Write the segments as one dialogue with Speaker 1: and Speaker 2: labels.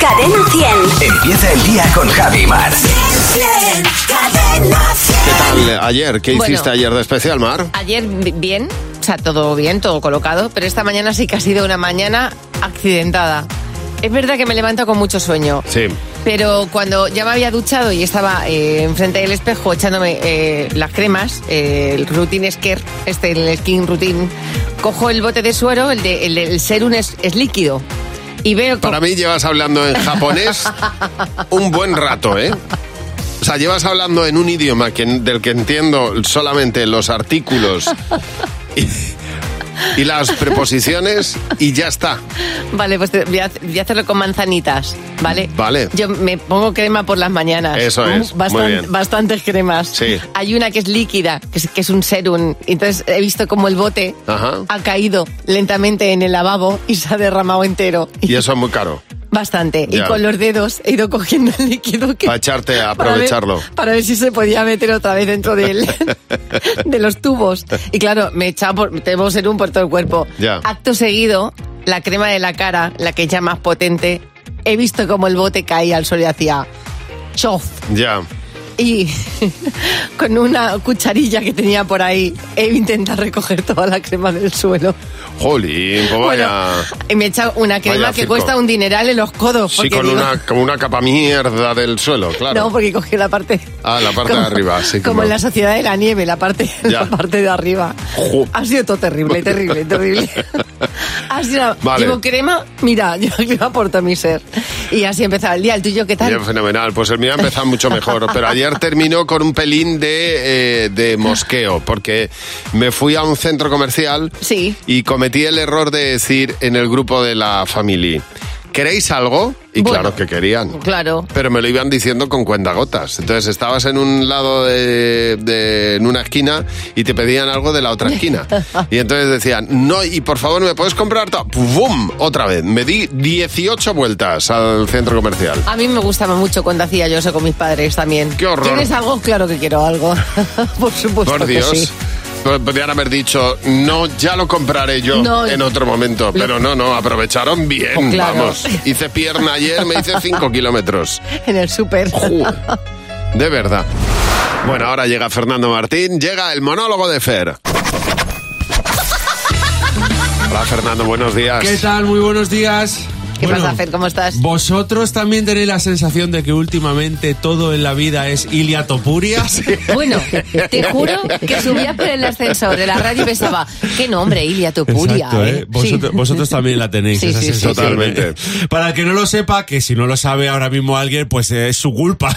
Speaker 1: Cadena 100.
Speaker 2: Empieza el día con Javi Mar.
Speaker 1: Cadena 100.
Speaker 3: ¿Qué tal eh, ayer? ¿Qué
Speaker 4: Bueno.
Speaker 3: hiciste ayer de especial, Mar?
Speaker 4: Ayer bi- bien, o sea, todo bien, todo colocado, pero esta mañana sí que ha sido una mañana accidentada. Es verdad que me levanto con mucho sueño,
Speaker 3: Sí.
Speaker 4: pero cuando ya me había duchado y estaba eh, enfrente del espejo echándome eh, las cremas, eh, el Routine Scare, este, el Skin Routine, cojo el bote de suero, el, de, el, del serum es, es líquido, y veo... co-
Speaker 3: Para mí llevas hablando en japonés un buen rato, ¿eh? O sea, llevas hablando en un idioma que, del que entiendo solamente los artículos y, y las preposiciones y ya está.
Speaker 4: Vale, pues te- voy a, voy a hacerlo con manzanitas, ¿vale?
Speaker 3: Vale.
Speaker 4: Yo me pongo crema por las mañanas.
Speaker 3: Eso es,
Speaker 4: Mm,
Speaker 3: muy
Speaker 4: bastan-
Speaker 3: bien.
Speaker 4: Bastantes cremas.
Speaker 3: Sí.
Speaker 4: Hay una que es líquida, que es, que es un serum. Entonces he visto como el bote
Speaker 3: Ajá.
Speaker 4: ha caído lentamente en el lavabo y se ha derramado entero.
Speaker 3: Y eso es muy caro.
Speaker 4: Bastante.
Speaker 3: Ya.
Speaker 4: Y con los dedos he ido cogiendo el líquido que...
Speaker 3: Para echarte a
Speaker 4: para ver-
Speaker 3: eh, aprovecharlo.
Speaker 4: Para ver, si se podía meter otra vez dentro de, él, de los tubos. Y claro, me echaba por, tengo serum por todo el cuerpo.
Speaker 3: Ya.
Speaker 4: Acto seguido, la crema de la cara, la que es ya más potente, he visto como el bote caía al sol y hacía chof.
Speaker 3: Ya.
Speaker 4: Y con una cucharilla que tenía por ahí, he intentado recoger toda la crema del suelo.
Speaker 3: Jolín, pues
Speaker 4: Bueno,
Speaker 3: vaya.
Speaker 4: y me he echado una crema
Speaker 3: Vaya
Speaker 4: que
Speaker 3: circo.
Speaker 4: cuesta un dineral en los codos.
Speaker 3: sí,
Speaker 4: porque
Speaker 3: con
Speaker 4: digo-
Speaker 3: una, como una capa mierda del suelo, claro.
Speaker 4: No, porque cogí la parte.
Speaker 3: Ah, la parte de arriba, sí,
Speaker 4: Como
Speaker 3: como-
Speaker 4: en la sociedad de la nieve, la parte,
Speaker 3: Ya.
Speaker 4: la parte de arriba.
Speaker 3: Ju.
Speaker 4: Ha sido todo terrible, terrible, terrible. ha sido.
Speaker 3: Vale.
Speaker 4: Llevo crema, mira, yo crema por todo mi ser. Y así empezaba el día. ¿El tuyo qué tal?
Speaker 3: Bien, fenomenal. Pues el mío ha empezado mucho mejor, pero ayer terminó con un pelín de, eh, de mosqueo, porque me fui a un centro comercial
Speaker 4: Sí.
Speaker 3: y cometí el error de decir en el grupo de la familia, ¿queréis algo? Y
Speaker 4: Bueno.
Speaker 3: claro que querían.
Speaker 4: Claro.
Speaker 3: Pero me lo iban diciendo con cuentagotas. Entonces estabas en un lado de, de- en una esquina y te pedían algo de la otra esquina. Y entonces decían, no, y por favor, ¿me puedes comprar? ta-?" ¡Bum! Otra vez. Me di 18 vueltas al centro comercial.
Speaker 4: A mí me gustaba mucho cuando hacía yo eso con mis padres también.
Speaker 3: Qué horror.
Speaker 4: ¿Tienes algo? Claro que quiero algo. por supuesto
Speaker 3: Por Dios.
Speaker 4: que sí.
Speaker 3: Pues Podrían haber dicho, no, ya lo compraré yo
Speaker 4: No,
Speaker 3: en otro momento. Pero no, no, aprovecharon bien.
Speaker 4: Pues claro.
Speaker 3: Vamos. Hice pierna ayer, me hice 5 kilómetros.
Speaker 4: En el súper.
Speaker 3: Ju, De verdad. Bueno, ahora llega Fernando Martín, llega el monólogo de Fer. Hola Fernando, buenos días.
Speaker 5: ¿Qué tal? Muy buenos días.
Speaker 4: ¿Qué
Speaker 5: Bueno,
Speaker 4: pasa, Fer? ¿Cómo estás?
Speaker 5: ¿Vosotros también tenéis la sensación de que últimamente todo en la vida es Ilia Topuria?
Speaker 4: Bueno, te juro que subía por el ascensor de la radio y pensaba, qué nombre, Ilia Topuria.
Speaker 5: Exacto,
Speaker 4: eh?
Speaker 5: ¿eh? Vosotros,
Speaker 4: Sí.
Speaker 5: vosotros también la tenéis,
Speaker 4: Sí,
Speaker 5: esa
Speaker 4: sí, sí,
Speaker 5: sensación.
Speaker 3: sí. Totalmente.
Speaker 5: ¿eh? Para el que no lo sepa, que si no lo sabe ahora mismo alguien, pues eh, es su culpa.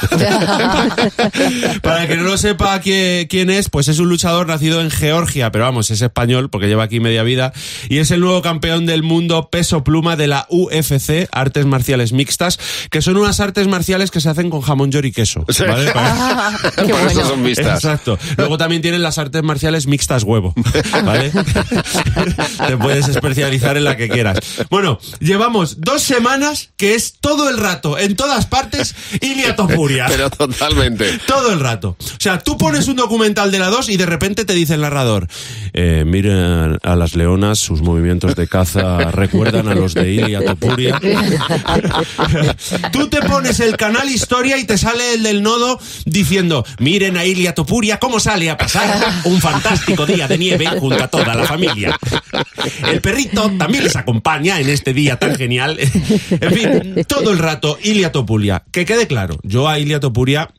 Speaker 5: Para el que no lo sepa qué- quién es, pues es un luchador nacido en Georgia, pero vamos, es español porque lleva aquí media vida y es el nuevo campeón del mundo peso pluma de la UFC, artes marciales mixtas, que son unas artes marciales que se hacen con jamón york y queso.
Speaker 3: Sí.
Speaker 5: ¿vale? Para-
Speaker 4: Ah,
Speaker 3: Por
Speaker 4: Qué
Speaker 3: eso
Speaker 4: bueno.
Speaker 3: son vistas.
Speaker 5: Exacto. Luego también tienen las artes marciales mixtas huevo, ¿vale? Te puedes especializar en la que quieras. Bueno, llevamos dos semanas que es todo el rato, en todas partes, Ilia Topuria.
Speaker 3: Pero totalmente.
Speaker 5: Todo el rato. O sea, tú pones un documental de la 2 y de repente te dice el narrador, eh, miren a las leonas, sus movimientos de caza recuerdan a los de Ilia Topuria. tú te pones el canal Historia y te sale el del nodo diciendo, miren a Ilia Topuria cómo sale a pasar un fantástico día de nieve junto a toda la familia. El perrito también les acompaña en este día tan genial. En fin, todo el rato Ilia Topuria. Que quede claro, yo a Ilia Topuria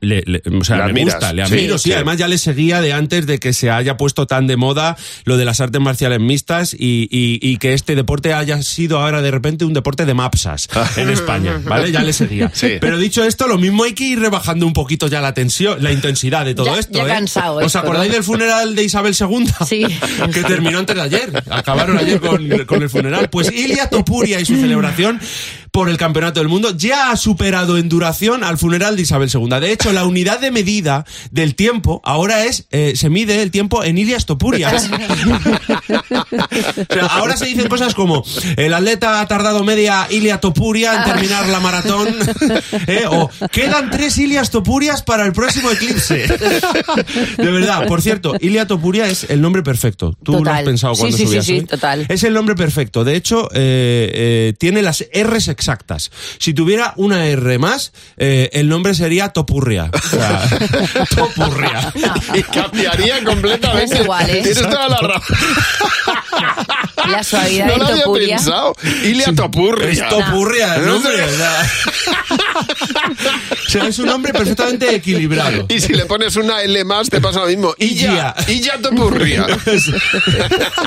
Speaker 5: le, le- o sea,
Speaker 3: La
Speaker 5: me
Speaker 3: admiras.
Speaker 5: gusta, le
Speaker 3: Sí,
Speaker 5: admiro, sí,
Speaker 3: sí.
Speaker 5: además ya le seguía de antes de que se haya puesto tan de moda lo de las artes marciales mixtas y, y- y que este deporte haya sido ahora de repente un deporte de mapsas en España, ¿vale? Ya le seguía.
Speaker 3: Sí.
Speaker 5: Pero dicho esto, lo mismo hay que ir rebajando un poquito ya la tensión, la intensidad de todo
Speaker 4: Ya-
Speaker 5: esto,
Speaker 4: ya
Speaker 5: ¿eh?
Speaker 4: cansado
Speaker 5: ¿Os
Speaker 4: esto,
Speaker 5: acordáis
Speaker 4: ¿no?
Speaker 5: del funeral de Isabel II?
Speaker 4: Sí.
Speaker 5: que terminó antes de ayer. Acabaron ayer con, con el funeral. Pues Ilia Topuria y su celebración por el Campeonato del Mundo ya ha superado en duración al funeral de Isabel II. De hecho, la unidad de medida del tiempo ahora es, eh, se mide el tiempo en Ilias Topurias. O sea, ahora se dicen cosas como el atleta ha tardado media Ilia Topuria en terminar la maratón ¿eh? o quedan tres Ilias Topurias para el próximo eclipse. De verdad, por cierto, Ilia Topuria es el nombre perfecto. Tú lo has
Speaker 4: Total.
Speaker 5: pensado
Speaker 4: Sí,
Speaker 5: cuando
Speaker 4: sí, sí,
Speaker 5: subías
Speaker 4: sí,
Speaker 5: hoy.
Speaker 4: total.
Speaker 5: Es el nombre perfecto. De hecho, eh, eh, tiene las R's exactas. Si tuviera una R más, eh, el nombre sería Topurria. O sea, Topurria.
Speaker 3: Y cambiaría completamente.
Speaker 4: Es igual, ¿eh?
Speaker 3: Tienes toda la razón.
Speaker 4: La suavidad
Speaker 3: No
Speaker 4: del
Speaker 3: lo había
Speaker 4: topuria.
Speaker 3: pensado. Ilia Topurria.
Speaker 5: Es Topurria el nombre. o sea. O sea, es un nombre perfectamente equilibrado.
Speaker 3: Y si le pones una L más, te pasa lo mismo. Y ya,
Speaker 5: Ya.
Speaker 3: y ya Topurria.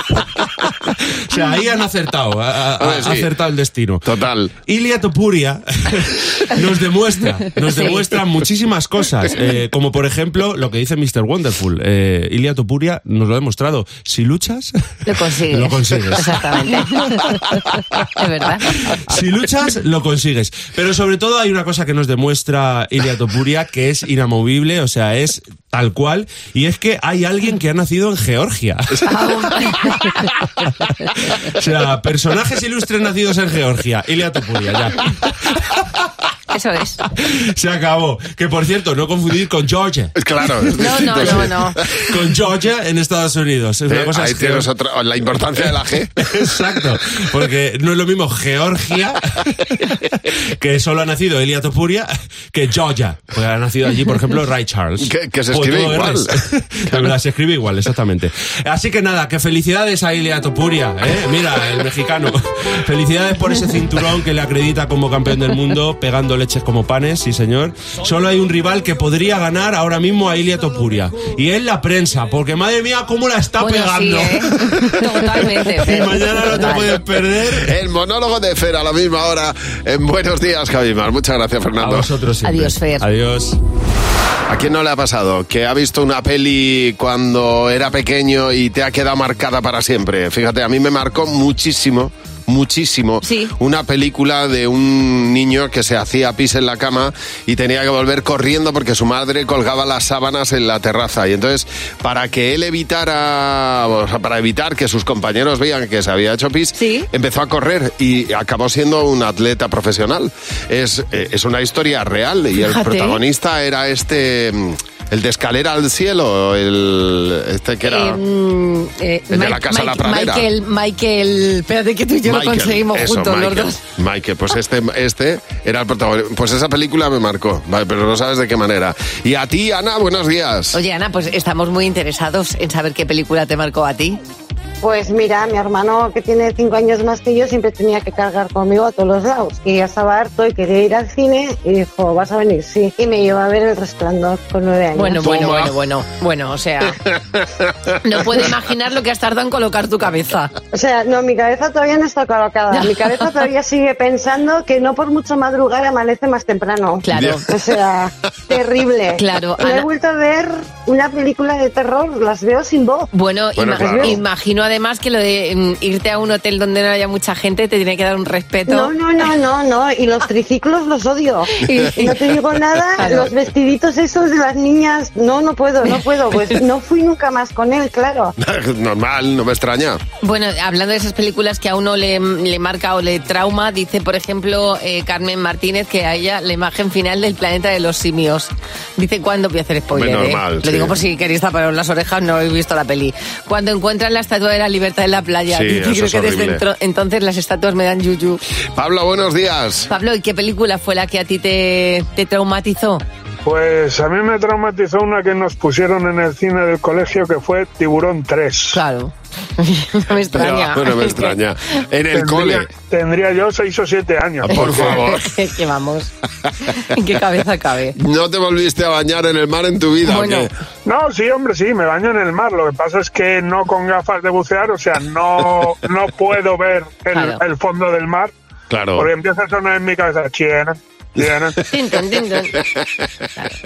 Speaker 5: O sea, ahí han acertado, ha- ha-
Speaker 3: Hombre,
Speaker 5: ha
Speaker 3: sí.
Speaker 5: acertado el destino.
Speaker 3: Total.
Speaker 5: Ilia Topuria nos demuestra, nos
Speaker 4: Sí.
Speaker 5: demuestra muchísimas cosas, eh, como por ejemplo lo que dice Mr. Wonderful. Eh, Ilia Topuria nos lo ha demostrado. Si luchas,
Speaker 4: Lo consigues.
Speaker 5: Lo consigues.
Speaker 4: Exactamente. es verdad.
Speaker 5: si luchas, lo consigues. Pero sobre todo hay una cosa que nos demuestra Ilia Topuria que es inamovible, o sea, es tal cual, y es que hay alguien que ha nacido en Georgia. O sea, personajes ilustres nacidos en Georgia. Ilia Topuria, ya.
Speaker 4: Eso es.
Speaker 5: Se acabó. Que por cierto, no confundir con Georgia.
Speaker 3: Es claro. es
Speaker 4: No, no,
Speaker 3: distinto,
Speaker 4: no,
Speaker 3: sí.
Speaker 4: no.
Speaker 5: Con Georgia en Estados Unidos. Es una
Speaker 3: Eh,
Speaker 5: cosa
Speaker 3: ahí
Speaker 5: es
Speaker 3: tienes
Speaker 5: Geor-
Speaker 3: otra, la importancia de la G.
Speaker 5: Exacto, porque no es lo mismo Georgia, que solo ha nacido Elia Topuria, que Georgia, porque ha nacido allí, por ejemplo, Ray Charles. Pues
Speaker 3: Que- que se
Speaker 5: Con
Speaker 3: escribe
Speaker 5: todo
Speaker 3: igual.
Speaker 5: Rs. De verdad, se escribe igual, exactamente. Así que nada, que felicidades a Elia Topuria, ¿eh? mira, el mexicano. Felicidades por ese cinturón que le acredita como campeón del mundo, pegando leches como panes, sí señor. Solo hay un rival que podría ganar ahora mismo a Elia Topuria, y es la prensa, porque madre mía, cómo la está
Speaker 4: bueno,
Speaker 5: pegando.
Speaker 4: sí, ¿eh? Totalmente.
Speaker 5: Y
Speaker 4: Fer.
Speaker 5: mañana no te
Speaker 4: Total.
Speaker 5: puedes perder.
Speaker 3: El monólogo de Fer a la misma hora en Buenos Días, Javimar. Muchas gracias,
Speaker 5: A
Speaker 3: Fernando.
Speaker 5: vosotros siempre.
Speaker 4: Adiós, Fer.
Speaker 5: Adiós.
Speaker 3: ¿A quién no le ha pasado que ha visto una peli cuando era pequeño y te ha quedado marcada para siempre? Fíjate, a mí me marcó muchísimo, muchísimo.
Speaker 4: Sí.
Speaker 3: Una película de un niño que se hacía pis en la cama y tenía que volver corriendo porque su madre colgaba las sábanas en la terraza. Y entonces, para que él evitara, o sea, para evitar que sus compañeros vean que se había hecho pis,
Speaker 4: Sí.
Speaker 3: empezó a correr y acabó siendo un atleta profesional. Es, eh, es una historia real y el
Speaker 4: Fíjate.
Speaker 3: protagonista era este, mm, el de escalera al cielo, el este que era...
Speaker 4: Eh, eh,
Speaker 3: El de la
Speaker 4: Mike-
Speaker 3: Casa de la
Speaker 4: Mike-
Speaker 3: Pradera.
Speaker 4: Michael, Michael, espérate que tú y yo lo
Speaker 3: Michael,
Speaker 4: conseguimos
Speaker 3: eso,
Speaker 4: juntos
Speaker 3: Michael,
Speaker 4: los dos.
Speaker 3: Michael, pues este, este era el protagonista. Pues esa película me marcó, vale, pero no sabes de qué manera. Y a ti, Ana, buenos días.
Speaker 4: Oye, Ana, pues estamos muy interesados en saber qué película te marcó a ti.
Speaker 6: Pues mira, mi hermano que tiene cinco años más que yo siempre tenía que cargar conmigo a todos los lados. Y ya estaba harto y quería ir al cine y dijo, vas a venir, sí. Y me llevó a ver El Resplandor con nueve años.
Speaker 4: Bueno, bueno,
Speaker 3: Toma.
Speaker 4: bueno, bueno, bueno, o sea, no puedo imaginar lo que has tardado en colocar tu cabeza.
Speaker 6: O sea, no, mi cabeza todavía no está colocada. Mi cabeza todavía sigue pensando que no por mucho madrugar amanece más temprano.
Speaker 4: Claro.
Speaker 6: O sea, terrible.
Speaker 4: Claro,
Speaker 6: No
Speaker 4: Ana-
Speaker 6: he vuelto a ver una película de terror, las veo sin voz.
Speaker 4: Bueno,
Speaker 3: Bueno,
Speaker 4: ima-
Speaker 3: claro.
Speaker 4: imagino además que lo de mm, irte a un hotel donde no haya mucha gente te tiene que dar un respeto.
Speaker 6: No, no, no, no, no. Y los triciclos los odio.
Speaker 4: Y-
Speaker 6: No te digo nada.
Speaker 4: Claro.
Speaker 6: Los vestiditos esos de las niñas. No, no puedo, no puedo. Pues no fui nunca más con él, claro.
Speaker 3: Normal, no me extraña.
Speaker 4: Bueno, hablando de esas películas que a uno le, le marca o le trauma, dice, por ejemplo, eh, Carmen Martínez que a ella la imagen final del planeta de los simios. Dice, ¿cuándo voy a hacer spoiler?
Speaker 3: Hombre,
Speaker 4: eh?
Speaker 3: normal,
Speaker 4: Lo
Speaker 3: sí.
Speaker 4: digo por si queréis taparos las orejas, no habéis visto la peli. Cuando encuentran la estatua de la libertad en la playa,
Speaker 3: Sí,
Speaker 4: dice,
Speaker 3: eso
Speaker 4: creo
Speaker 3: es
Speaker 4: que desde
Speaker 3: horrible.
Speaker 4: entro- entonces las estatuas me dan yuyu.
Speaker 3: Pablo, buenos días.
Speaker 4: Pablo, ¿y qué película fue la que a ti te, te traumatizó?
Speaker 7: Pues a mí me traumatizó una que nos pusieron en el cine del colegio que fue Tiburón 3.
Speaker 4: Claro. no me extraña.
Speaker 3: No, no me extraña. En el cole.
Speaker 7: Tendría yo 6 o 7 años.
Speaker 3: Por favor.
Speaker 4: Es que vamos. ¿En qué cabeza cabe?
Speaker 3: No te volviste a bañar en el mar en tu vida. ¿o
Speaker 4: Bueno.
Speaker 3: qué?
Speaker 7: No, sí, hombre, sí, me baño en el mar. Lo que pasa es que no con gafas de bucear, o sea, no, no puedo ver el,
Speaker 4: Claro.
Speaker 7: el fondo del mar.
Speaker 3: Claro.
Speaker 7: Porque empieza a sonar en mi cabeza, chien, chien.
Speaker 4: Tinton, tinton.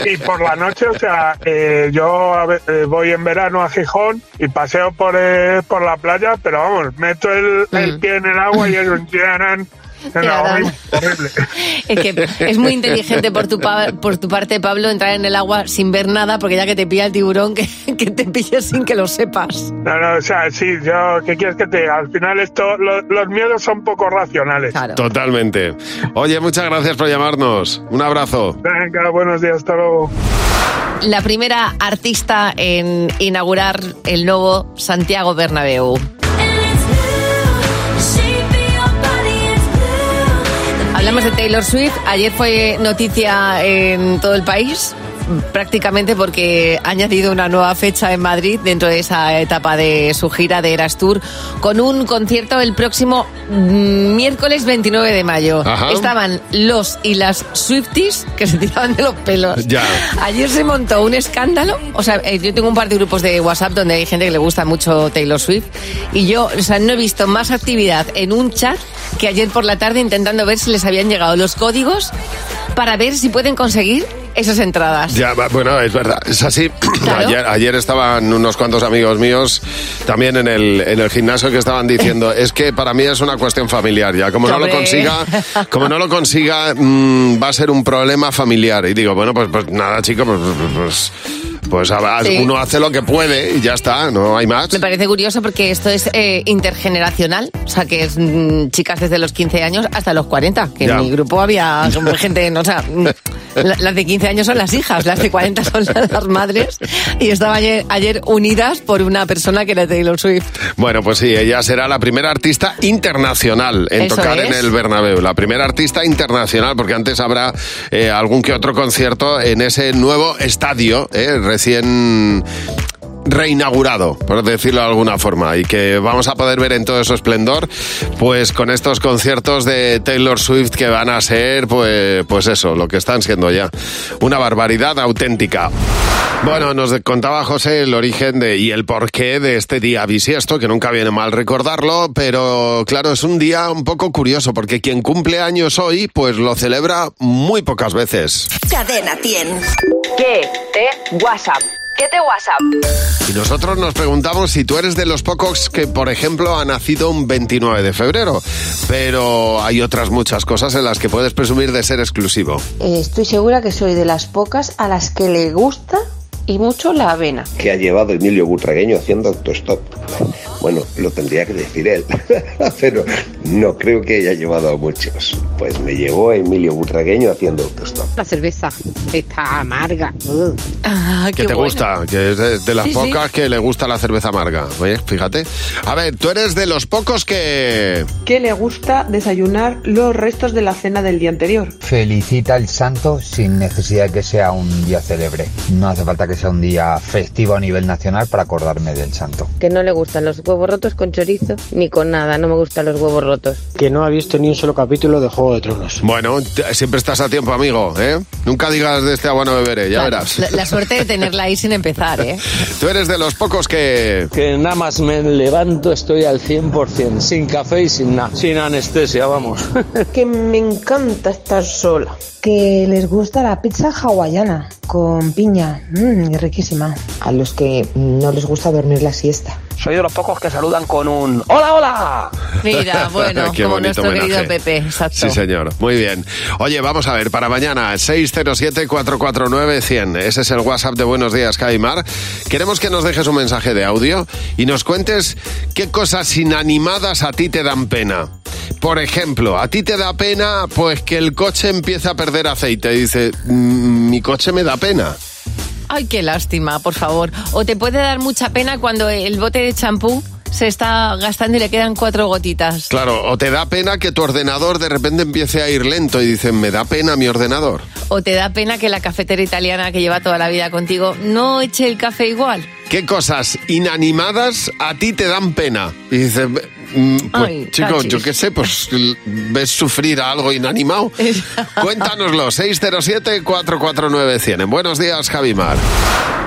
Speaker 7: Y por la noche, o sea, eh, yo a ve- eh, voy en verano a Gijón y paseo por, eh, por la playa, pero vamos, meto el,
Speaker 4: Mm.
Speaker 7: el pie en el agua y es un tianan. Era
Speaker 4: Tianan.
Speaker 7: horrible, horrible.
Speaker 4: Es que es muy inteligente por tu, pa- por tu parte, Pablo, entrar en el agua sin ver nada, porque ya que te pilla el tiburón, que, que te pille sin que lo sepas.
Speaker 7: No, no, o sea, sí, yo, ¿qué quieres que te diga? Al final esto, lo- los miedos son poco racionales.
Speaker 4: Claro.
Speaker 3: Totalmente. Oye, muchas gracias por llamarnos. Un abrazo.
Speaker 7: Venga, buenos días, hasta luego.
Speaker 4: La primera artista en inaugurar el nuevo Santiago Bernabéu.
Speaker 2: And it's new, the shape of your body is blue. The
Speaker 4: Hablamos de Taylor Swift. Ayer fue noticia en todo el país, prácticamente porque ha añadido una nueva fecha en Madrid dentro de esa etapa de su gira de Eras Tour, con un concierto el próximo mm, miércoles 29 de mayo.
Speaker 3: Ajá.
Speaker 4: Estaban los y las Swifties que se tiraban de los pelos.
Speaker 3: Ya.
Speaker 4: Ayer se montó un escándalo. O sea, eh, yo tengo un par de grupos de WhatsApp donde hay gente que le gusta mucho Taylor Swift. Y yo, o sea, no he visto más actividad en un chat que ayer por la tarde intentando ver si les habían llegado los códigos para ver si pueden conseguir esas entradas.
Speaker 3: Ya, va- bueno, es verdad, es así.
Speaker 4: Claro.
Speaker 3: Ayer, ayer estaban unos cuantos amigos míos también en el, en el gimnasio que estaban diciendo, es que para mí es una cuestión familiar, ya como no lo
Speaker 4: Hombre.
Speaker 3: consiga, como no lo consiga, mm, va a ser un problema familiar. Y digo, bueno, pues, pues nada, chico, pues, pues, pues, a-
Speaker 4: Sí.
Speaker 3: uno hace lo que puede y ya está, no hay más.
Speaker 4: Me parece curioso porque esto es eh, intergeneracional, o sea, que es mm, chicas desde los 15 años hasta los 40, que
Speaker 3: Ya.
Speaker 4: en mi grupo había gente, no, o sea, mm, la- las de 15 años son las hijas, las de 40 son las madres, y estaban ayer, ayer unidas por una persona que era Taylor Swift.
Speaker 3: Bueno, pues sí, ella será la primera artista internacional en
Speaker 4: Eso
Speaker 3: tocar
Speaker 4: es.
Speaker 3: en el Bernabéu. La primera artista internacional, porque antes habrá eh, algún que otro concierto en ese nuevo estadio, eh, recién reinaugurado, por decirlo de alguna forma, y que vamos a poder ver en todo su esplendor, pues con estos conciertos de Taylor Swift que van a ser, pues, pues eso, lo que están siendo ya, una barbaridad auténtica. Bueno, nos de- contaba José el origen de, y el porqué de este día bisiesto, que nunca viene mal recordarlo, pero claro, es un día un poco curioso, porque quien cumple años hoy, pues lo celebra muy pocas veces.
Speaker 8: Cadena 100.
Speaker 9: ¿Qué te WhatsApp? ¿Qué te WhatsApp?
Speaker 3: Y nosotros nos preguntamos si tú eres de los pocos que, por ejemplo, ha nacido un 29 de febrero. Pero hay otras muchas cosas en las que puedes presumir de ser exclusivo.
Speaker 10: Eh, Estoy segura que soy de las pocas a las que le gusta y mucho la avena.
Speaker 11: que ha llevado Emilio Butragueño haciendo autostop. Bueno, lo tendría que decir él, pero no creo que haya llevado a muchos. Pues me llevó Emilio Butragueño haciendo autostop.
Speaker 12: La cerveza está amarga.
Speaker 3: que te gusta, que es de, de las
Speaker 12: Sí, sí.
Speaker 3: pocas que le gusta la cerveza amarga. Oye, fíjate. A ver, tú eres de los pocos que...
Speaker 13: que le gusta desayunar los restos de la cena del día anterior.
Speaker 14: Felicita el santo sin necesidad de que sea un día célebre. No hace falta que sea un día festivo a nivel nacional para acordarme del santo.
Speaker 10: Que no le gustan los huevos rotos con chorizo ni con nada, no me gustan los huevos rotos.
Speaker 15: que no ha visto ni un solo capítulo de Juego de Tronos.
Speaker 3: Bueno, t- siempre estás a tiempo, amigo, ¿eh? Nunca digas de este agua no beberé,
Speaker 12: Ah,
Speaker 3: ya verás.
Speaker 4: La, la suerte de tenerla ahí sin empezar, ¿eh?
Speaker 3: Tú eres de los pocos que...
Speaker 15: Que nada más me levanto estoy al 100%, sin café y sin nada, sin anestesia, vamos.
Speaker 10: Que me encanta estar sola. Que les gusta la pizza hawaiana con piña, mmm, riquísima. A los que no les gusta dormir la siesta.
Speaker 15: Soy de los pocos que saludan con un ¡Hola, hola!
Speaker 4: Mira, bueno,
Speaker 3: Qué
Speaker 4: como
Speaker 3: bonito
Speaker 4: nuestro querido
Speaker 3: homenaje.
Speaker 4: Pepe, exacto.
Speaker 3: Sí, señor. Muy bien. Oye, vamos a ver, para mañana, 607-449-100. Ese es el WhatsApp de Buenos Días, Caimar. Queremos que nos dejes un mensaje de audio y nos cuentes qué cosas inanimadas a ti te dan pena. Por ejemplo, a ti te da pena pues que el coche empiece a perder aceite. Y dice, "Mm, mi coche me da pena.
Speaker 4: Ay, qué lástima, por favor. O te puede dar mucha pena cuando el bote de champú se está gastando y le quedan cuatro gotitas.
Speaker 3: Claro, o te da pena que tu ordenador de repente empiece a ir lento y dicen, me da pena mi ordenador.
Speaker 4: ¿O te da pena que la cafetera italiana que lleva toda la vida contigo no eche el café igual?
Speaker 3: ¿Qué cosas inanimadas a ti te dan pena? Y dices, mm, pues,
Speaker 4: Ay,
Speaker 3: chico,
Speaker 4: cachis.
Speaker 3: yo qué sé, pues l- ves sufrir a algo inanimado. Cuéntanoslo, 607-449-100. En Buenos días, Javimar.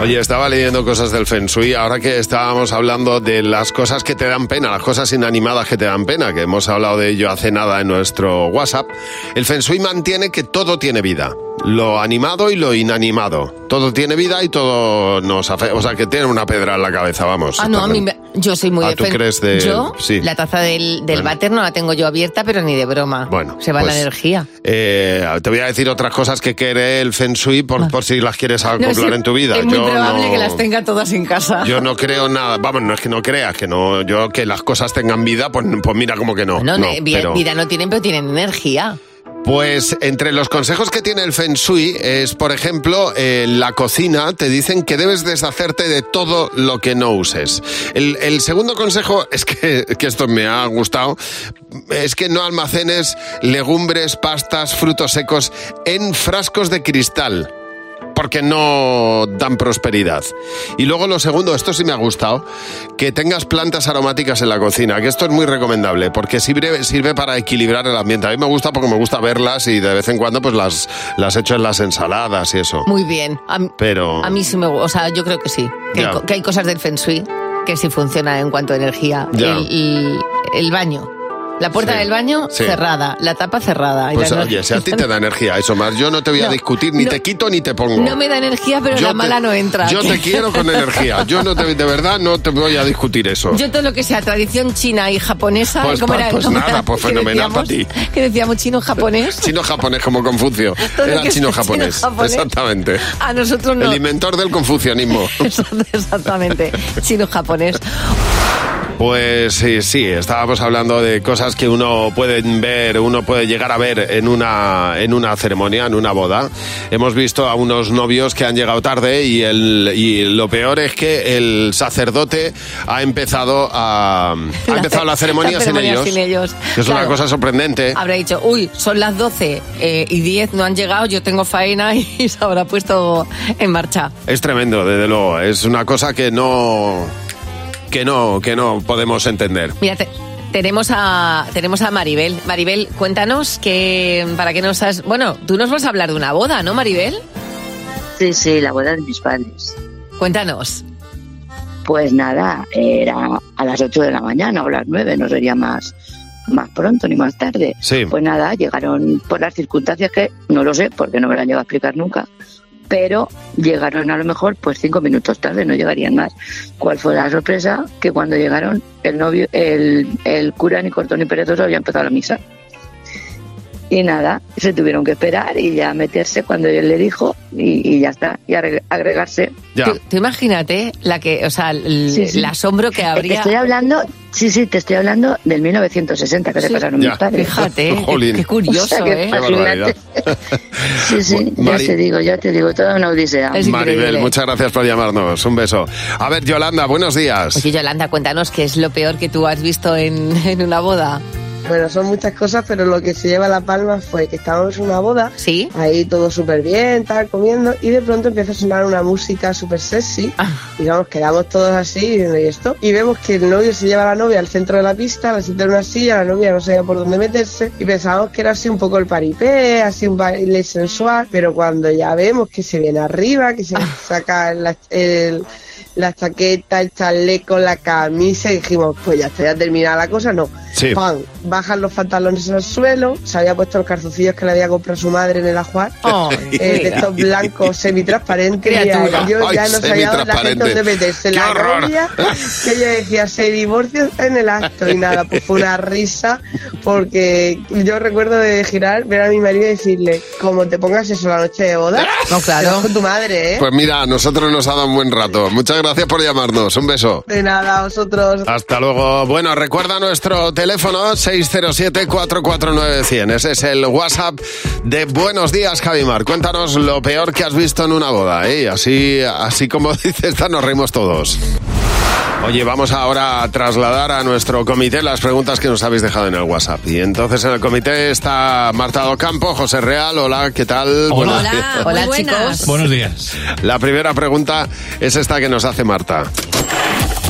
Speaker 3: Oye, estaba leyendo cosas del Feng Shui, ahora que estábamos hablando de las cosas que te dan pena, las cosas inanimadas que te dan pena, que hemos hablado de ello hace nada en nuestro WhatsApp, el Feng Shui mantiene que todo tiene vida, lo animado y lo inanimado. Todo tiene vida y todo nos afecta, o sea, que tiene una pedra en la cabeza, vamos.
Speaker 4: Ah, no, a mí me- yo soy muy
Speaker 3: Ah,
Speaker 4: de
Speaker 3: ¿tú
Speaker 4: fen-
Speaker 3: crees de-
Speaker 4: Yo,
Speaker 3: sí.
Speaker 4: la taza del, del váter no la tengo yo abierta, pero ni de broma.
Speaker 3: Bueno,
Speaker 4: Se va
Speaker 3: pues,
Speaker 4: la energía.
Speaker 3: Eh, te voy a decir otras cosas que quiere el Feng Shui por, por si las quieres
Speaker 4: Ah. No,
Speaker 3: acoplar
Speaker 4: sí,
Speaker 3: en tu vida.
Speaker 4: Es muy
Speaker 3: Yo
Speaker 4: probable
Speaker 3: no-
Speaker 4: que las tenga todas en casa.
Speaker 3: Yo no creo nada. Vamos, no es que no creas, que no, yo que las cosas tengan vida, pues, pues mira como que no.
Speaker 4: No,
Speaker 3: No,
Speaker 4: ne- vi-
Speaker 3: pero-
Speaker 4: vida no tienen, pero tienen energía.
Speaker 3: Pues entre los consejos que tiene el Feng Shui es, por ejemplo, en la cocina te dicen que debes deshacerte de todo lo que no uses. El, el segundo consejo es que, que esto me ha gustado, es que no almacenes legumbres, pastas, frutos secos en frascos de cristal porque no dan prosperidad. Y luego lo segundo, esto sí me ha gustado, que tengas plantas aromáticas en la cocina, que esto es muy recomendable, porque sirve, sirve para equilibrar el ambiente. A mí me gusta porque me gusta verlas y de vez en cuando pues las, las echo en las ensaladas y eso.
Speaker 4: Muy bien. A, m-
Speaker 3: Pero...
Speaker 4: a mí sí me gusta. O sea, yo creo que sí. Que,
Speaker 3: Ya.
Speaker 4: hay, co- que hay cosas del Feng Shui que sí funcionan en cuanto a energía.
Speaker 3: Ya.
Speaker 4: El, el- el baño. La puerta
Speaker 3: Sí.
Speaker 4: del baño
Speaker 3: Sí.
Speaker 4: cerrada. La tapa cerrada. Y
Speaker 3: Pues
Speaker 4: la-
Speaker 3: oye, si a ti te da energía eso más, yo no te voy a
Speaker 4: No,
Speaker 3: discutir, ni
Speaker 4: no.
Speaker 3: te quito ni te pongo.
Speaker 4: No me da energía, pero
Speaker 3: Yo
Speaker 4: la
Speaker 3: te-
Speaker 4: mala no entra.
Speaker 3: Yo te quiero con energía. Yo no te, de verdad no te voy a discutir eso.
Speaker 4: Yo todo lo que sea tradición china y japonesa,
Speaker 3: Pues
Speaker 4: ¿cómo
Speaker 3: pa-
Speaker 4: era?
Speaker 3: pues
Speaker 4: ¿Cómo era?
Speaker 3: nada, pues
Speaker 4: ¿Qué
Speaker 3: fenomenal
Speaker 4: decíamos?
Speaker 3: para ti.
Speaker 4: Que decíamos chino japonés.
Speaker 3: Chino japonés como Confucio.
Speaker 4: Todo lo
Speaker 3: Era
Speaker 4: que es
Speaker 3: chino japonés.
Speaker 4: chino-japonés.
Speaker 3: Exactamente.
Speaker 4: A nosotros no.
Speaker 3: El inventor del confucianismo.
Speaker 4: Exactamente. Chino japonés.
Speaker 3: Pues sí, sí, estábamos hablando de cosas que uno puede ver, uno puede llegar a ver en una, en una ceremonia, en una boda. Hemos visto a unos novios que han llegado tarde y, el, y lo peor es que el sacerdote ha empezado a, ha empezado la ceremonia,
Speaker 4: ceremonia
Speaker 3: sin ellos.
Speaker 4: sin ellos.
Speaker 3: que es una
Speaker 4: Claro.
Speaker 3: cosa sorprendente.
Speaker 4: Habrá dicho, uy, son las 12 eh, y 10, no han llegado, yo tengo faena y se habrá puesto en marcha.
Speaker 3: Es tremendo, desde luego. Es una cosa que no, que no, que no podemos entender.
Speaker 4: Mira, te- tenemos a tenemos a Maribel. Maribel, cuéntanos que para qué nos has, bueno, tú nos vas a hablar de una boda, ¿no, Maribel?
Speaker 8: Sí, sí, la boda de mis padres.
Speaker 4: Cuéntanos.
Speaker 8: Pues nada, era a las 8 de la mañana o las 9, no sería más, más pronto ni más tarde.
Speaker 3: Sí.
Speaker 8: Pues nada, llegaron por las circunstancias que no lo sé porque no me lo han llegado a explicar nunca, pero llegaron a lo mejor pues cinco minutos tarde, no llegarían más. ¿Cuál fue la sorpresa? Que cuando llegaron el novio, el, el cura ni corto ni perezoso había empezado la misa. Y nada, se tuvieron que esperar y ya meterse cuando él le dijo y, y ya está, y agre- agregarse.
Speaker 4: Tú, tú imagínate la que, o sea, el,
Speaker 8: Sí, sí.
Speaker 4: el asombro que
Speaker 8: Te
Speaker 4: habría.
Speaker 8: estoy hablando, sí, sí, te estoy hablando del 1960 que
Speaker 4: Sí.
Speaker 8: se pasaron
Speaker 4: Ya.
Speaker 8: mis padres.
Speaker 4: Fíjate, eh, qué- Jolín. qué curioso,
Speaker 8: que
Speaker 4: ¿eh? Qué
Speaker 8: fascinante.
Speaker 3: barbaridad.
Speaker 8: Sí, sí, ya
Speaker 3: Mari-
Speaker 8: te digo, ya te digo, toda una odisea.
Speaker 3: Maribel, muchas gracias por llamarnos. Un beso. A ver, Yolanda, buenos días.
Speaker 4: Oye, Yolanda, cuéntanos qué es lo peor que tú has visto en, en una boda.
Speaker 16: Bueno, son muchas cosas, pero lo que se lleva la palma fue que estábamos en una boda,
Speaker 4: ¿Sí?
Speaker 16: ahí todo súper bien, tal, comiendo, y de pronto empieza a sonar una música súper sexy, y nos quedamos todos así, y diciendo, "¿Y esto? Y vemos que el novio se lleva a la novia al centro de la pista, la sienta en una silla, la novia no sabía por dónde meterse, y pensamos que era así un poco el paripé, así un baile sensual, pero cuando ya vemos que se viene arriba, que se saca la- el la chaqueta, el chaleco, la camisa y dijimos, pues ya está, ya terminada la cosa, no.
Speaker 17: Sí.
Speaker 16: Pan, bajan los pantalones al suelo, se había puesto los calzoncillos que le había comprado su madre en el ajuar,
Speaker 4: Oh,
Speaker 16: eh, de
Speaker 4: mira.
Speaker 16: estos blancos semitransparentes, y
Speaker 4: Criatura.
Speaker 16: yo ya
Speaker 4: Ay,
Speaker 16: no sabía dónde la gente
Speaker 4: semitransparente.
Speaker 16: dónde meterse,
Speaker 4: ¡Qué
Speaker 16: la
Speaker 4: horror!
Speaker 16: novia, que yo decía, se divorció en el acto, y nada, pues fue una risa, porque yo recuerdo de girar, ver a mi marido y decirle, como te pongas eso la noche de boda,
Speaker 4: no,
Speaker 16: claro. con tu madre, ¿eh?
Speaker 3: Pues mira, a nosotros nos ha dado un buen rato. Muchas gracias por llamarnos. Un beso.
Speaker 16: De nada, a vosotros.
Speaker 3: Hasta luego. Bueno, recuerda nuestro teléfono 607-449-100. Ese es el WhatsApp de Buenos Días, Javimar. Cuéntanos lo peor que has visto en una boda. ¿eh? Así, así como dices, nos reímos todos. Oye, vamos ahora a trasladar a nuestro comité las preguntas que nos habéis dejado en el WhatsApp. Y entonces en el comité está Marta Ocampo, José Real. Hola, ¿qué tal? Buenos días.
Speaker 4: Hola, chicos.
Speaker 3: Buenos días. La primera pregunta es esta que nos hace Marta.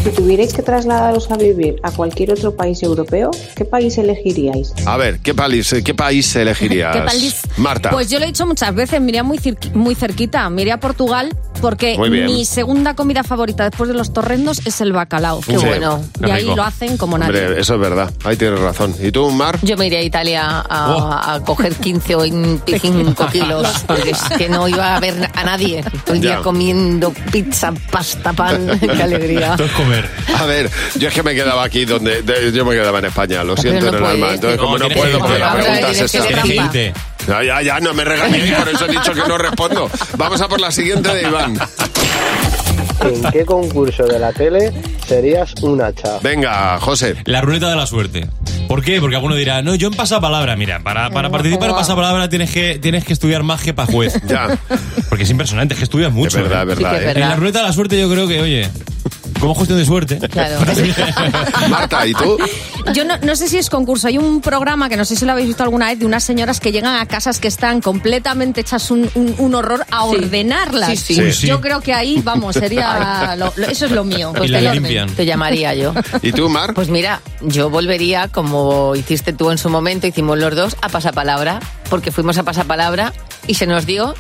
Speaker 13: Si tuvierais que trasladaros a vivir a cualquier otro país europeo, ¿qué país elegiríais?
Speaker 3: A ver, ¿qué, palis- qué país elegirías?
Speaker 18: ¿Qué país?
Speaker 3: Marta.
Speaker 18: Pues yo lo he dicho muchas veces, miré muy, cirqui- muy cerquita, miré a Portugal porque
Speaker 3: Muy bien.
Speaker 18: mi segunda comida favorita después de los torrendos es el bacalao.
Speaker 3: Qué Sí, bueno. qué
Speaker 18: Y ahí
Speaker 3: rico.
Speaker 18: lo hacen como nadie.
Speaker 3: Hombre, eso es verdad. Ahí tienes razón. ¿Y tú, Mar?
Speaker 4: Yo me iré a Italia a,
Speaker 3: Oh.
Speaker 4: a coger 15 o 25 kilos, porque es que no iba a ver a nadie. Todo el día
Speaker 3: Ya.
Speaker 4: comiendo pizza, pasta, pan. ¡Qué alegría!
Speaker 3: comer. A ver, yo es que me quedaba aquí donde. de- yo me quedaba en España, lo
Speaker 4: Pero no
Speaker 3: siento en el alma.
Speaker 4: puedes.
Speaker 3: Entonces, como no
Speaker 4: No, tienes
Speaker 3: puedo,
Speaker 4: que
Speaker 3: porque la
Speaker 4: irte.
Speaker 3: pregunta es
Speaker 4: Tienes que
Speaker 3: esa.
Speaker 4: irte.
Speaker 3: Ya, ya, ya, no me regañéis, por eso he dicho que no respondo. Vamos a por la siguiente de Iván.
Speaker 19: ¿En qué concurso de la tele
Speaker 17: serías un hacha.
Speaker 3: Venga, José.
Speaker 19: La ruleta de la suerte. ¿Por qué? Porque alguno dirá, no, yo en pasapalabra, mira, para, para participar en pasapalabra tienes que, tienes que estudiar más que para juez.
Speaker 3: Ya.
Speaker 19: Porque es impresionante, es que estudias mucho.
Speaker 3: verdad, es Sí que verdad, es ¿eh? verdad.
Speaker 19: En la ruleta de la suerte yo creo que, oye, como es cuestión de suerte.
Speaker 18: Claro.
Speaker 3: Marta, ¿y tú?
Speaker 18: Yo no, no sé si es concurso. Hay un programa que no sé si lo habéis visto alguna vez de unas señoras que llegan a casas que están completamente hechas un, un- un horror a
Speaker 4: Sí.
Speaker 18: ordenarlas.
Speaker 4: Sí, sí. Sí, sí.
Speaker 18: Yo creo que ahí, vamos, sería. lo- lo- eso es lo mío.
Speaker 4: Pues
Speaker 18: el
Speaker 4: te,
Speaker 18: orden.
Speaker 4: lim- te llamaría yo.
Speaker 3: ¿Y tú, Mar?
Speaker 4: Pues mira, yo volvería, como hiciste tú en su momento, hicimos los dos, a pasapalabra, porque fuimos a pasapalabra y se nos dio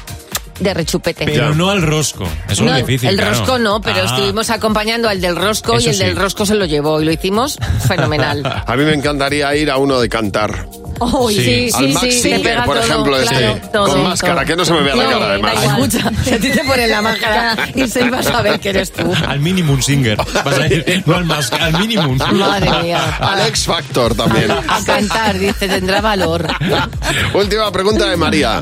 Speaker 4: de rechupete.
Speaker 19: Pero no al rosco. Eso
Speaker 4: No,
Speaker 19: es difícil.
Speaker 4: El
Speaker 19: claro.
Speaker 4: rosco no, pero
Speaker 19: Ah.
Speaker 4: estuvimos acompañando al del rosco y
Speaker 3: Eso
Speaker 4: el
Speaker 3: sí.
Speaker 4: del rosco se lo llevó y lo hicimos fenomenal.
Speaker 3: A mí me encantaría ir a uno de cantar.
Speaker 4: Oh,
Speaker 3: Sí. Al Max Singer, por ejemplo, ese. Con máscara, que no se me vea la cara, además.
Speaker 4: Escucha, si a ti te ponen la máscara y se vas a ver que eres tú.
Speaker 19: Al minimum singer. Vas a decir, no al más, al minimum.
Speaker 4: Madre mía.
Speaker 3: Alex Factor también.
Speaker 4: A cantar, dice, tendrá valor.
Speaker 3: Última pregunta de María.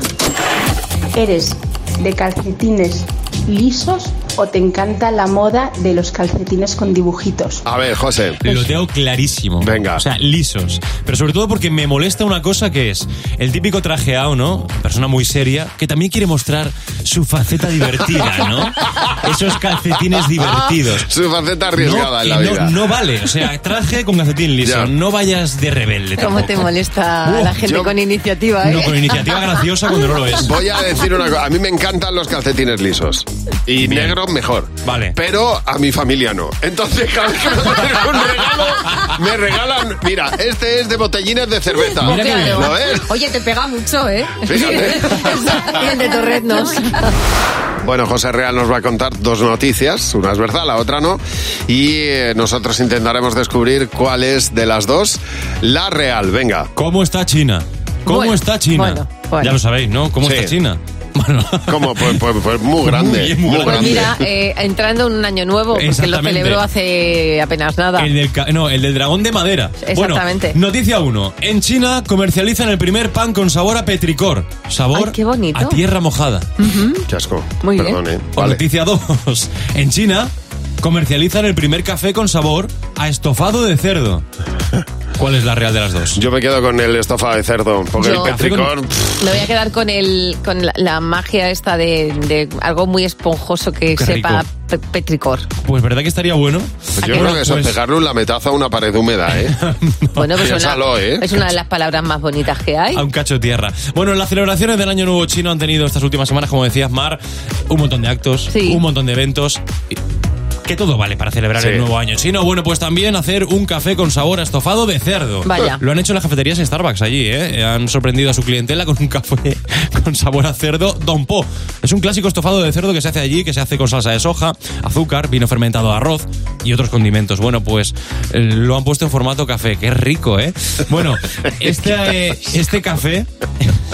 Speaker 13: ¿Eres de calcetines lisos o te encanta la moda de los calcetines con dibujitos?
Speaker 3: A ver, José.
Speaker 19: Lo tengo clarísimo. Venga. O sea, lisos. Pero sobre todo porque me molesta una cosa que es el típico trajeado, ¿no? Persona muy seria, que también quiere mostrar su faceta divertida, ¿no? Esos calcetines divertidos.
Speaker 3: Su faceta arriesgada
Speaker 19: No,
Speaker 3: en la
Speaker 19: y no-
Speaker 3: vida.
Speaker 19: No vale. O sea, traje con calcetín liso. No vayas de rebelde.
Speaker 4: ¿Cómo
Speaker 19: tampoco.
Speaker 4: te molesta
Speaker 19: Uh,
Speaker 4: la gente
Speaker 19: yo-
Speaker 4: con iniciativa, eh?
Speaker 19: No, con iniciativa graciosa cuando no lo es.
Speaker 3: Voy a decir una cosa. A mí me encantan los calcetines lisos. Y negros mejor. Vale. Pero a mi familia no. Entonces, cada vez que me hacen un regalo, me regalan. Mira, este es de botellines de cerveza.
Speaker 18: Mira qué bien.
Speaker 3: ¿Lo ves?
Speaker 18: Oye, te pega mucho, ¿eh?
Speaker 3: Fíjate.
Speaker 18: Bien de torretnos.
Speaker 3: Bueno, José Real nos va a contar dos noticias, una es verdad, la otra no, y eh, nosotros intentaremos descubrir cuál es de las dos la real. Venga.
Speaker 19: ¿Cómo está China? ¿Cómo
Speaker 3: Bueno,
Speaker 19: está China?
Speaker 3: bueno, bueno.
Speaker 19: Ya lo sabéis, ¿no? ¿Cómo
Speaker 3: Sí.
Speaker 19: está China?
Speaker 3: ¿Cómo? Pues, pues- pues muy grande, muy,
Speaker 4: Pues
Speaker 3: grande.
Speaker 4: mira, eh, entrando en un año nuevo, que lo
Speaker 19: Exactamente.
Speaker 4: celebró hace apenas nada.
Speaker 19: El del, ca- no, el del dragón de madera.
Speaker 4: Ah. Exactamente.
Speaker 19: Bueno, noticia 1. En China comercializan el primer pan con sabor a petricor. Sabor
Speaker 4: Ay, qué bonito.
Speaker 19: a tierra mojada.
Speaker 4: Ujú.
Speaker 3: Mm. Chasco.
Speaker 4: Muy bien.
Speaker 19: Perdón, O Noticia 2. En China comercializan el primer café con sabor a estofado de cerdo. ¿Cuál es la real de las dos?
Speaker 3: Yo me quedo con el estofado de cerdo, porque
Speaker 4: Yo-
Speaker 3: el petricor... pff,
Speaker 4: Me voy a quedar con el con la, la magia esta de, de algo muy esponjoso que
Speaker 19: Qué
Speaker 4: sepa
Speaker 19: rico.
Speaker 4: pe- petricor.
Speaker 19: Pues verdad que estaría bueno.
Speaker 3: Pues
Speaker 19: Pues
Speaker 3: yo creo que eso es pegarle un lametazo a una pared húmeda, ¿eh?
Speaker 4: Bueno, pues una-
Speaker 19: Piénsalo, ¿eh?
Speaker 4: es una de las palabras más bonitas que hay.
Speaker 19: A un cacho de tierra. Bueno, las celebraciones del Año Nuevo Chino han tenido estas últimas semanas, como decías, Mar, un montón de actos, un montón de eventos. y- Que todo vale para celebrar
Speaker 3: Sí.
Speaker 19: el nuevo año chino. Bueno, pues también hacer un café con sabor a estofado de cerdo.
Speaker 4: Vaya.
Speaker 19: Lo han hecho en las cafeterías Starbucks allí, ¿eh? Han sorprendido a su clientela con un café con sabor a cerdo Don Po. Es un clásico estofado de cerdo que se hace allí, que se hace con salsa de soja, azúcar, vino fermentado, arroz y otros condimentos. Bueno, pues eh, lo han puesto en formato café. Qué rico, ¿eh? Bueno, este, eh, este café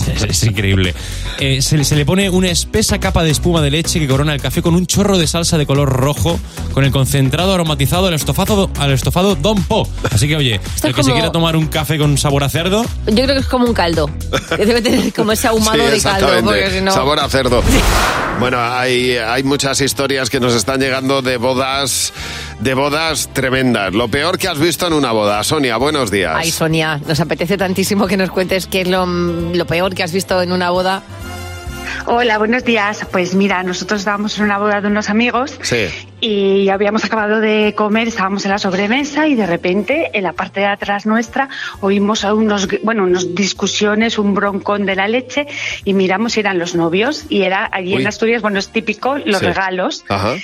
Speaker 19: es, es increíble. Eh, se, le- se le pone una espesa capa de espuma de leche que corona el café con un chorro de salsa de color rojo con el concentrado aromatizado al estofado, al estofado Don Po. Así que, oye,
Speaker 4: Esto
Speaker 19: el
Speaker 4: es
Speaker 19: que se
Speaker 4: como-
Speaker 19: quiera tomar un café con sabor a cerdo,
Speaker 4: Yo creo que es como un caldo. Que debe tener como ese ahumado
Speaker 3: Sí,
Speaker 4: de caldo,
Speaker 3: exactamente.
Speaker 4: porque si no.
Speaker 3: Sabor a cerdo. Bueno, hay, hay muchas historias que nos están llegando de bodas, de bodas tremendas. Lo peor que has visto en una boda. Sonia, buenos días.
Speaker 4: Ay, Sonia, nos apetece tantísimo que nos cuentes qué es lo, lo peor que has visto en una boda.
Speaker 20: Hola, buenos días. Pues mira, nosotros estábamos en una boda de unos amigos
Speaker 3: Sí.
Speaker 20: y habíamos acabado de comer, estábamos en la sobremesa y de repente en la parte de atrás nuestra oímos a unos, gr- bueno, unas discusiones, un broncón de la leche y miramos y eran los novios y era allí
Speaker 6: Uy.
Speaker 20: en Asturias, bueno, es típico los
Speaker 6: Sí.
Speaker 20: regalos.
Speaker 3: Ajá.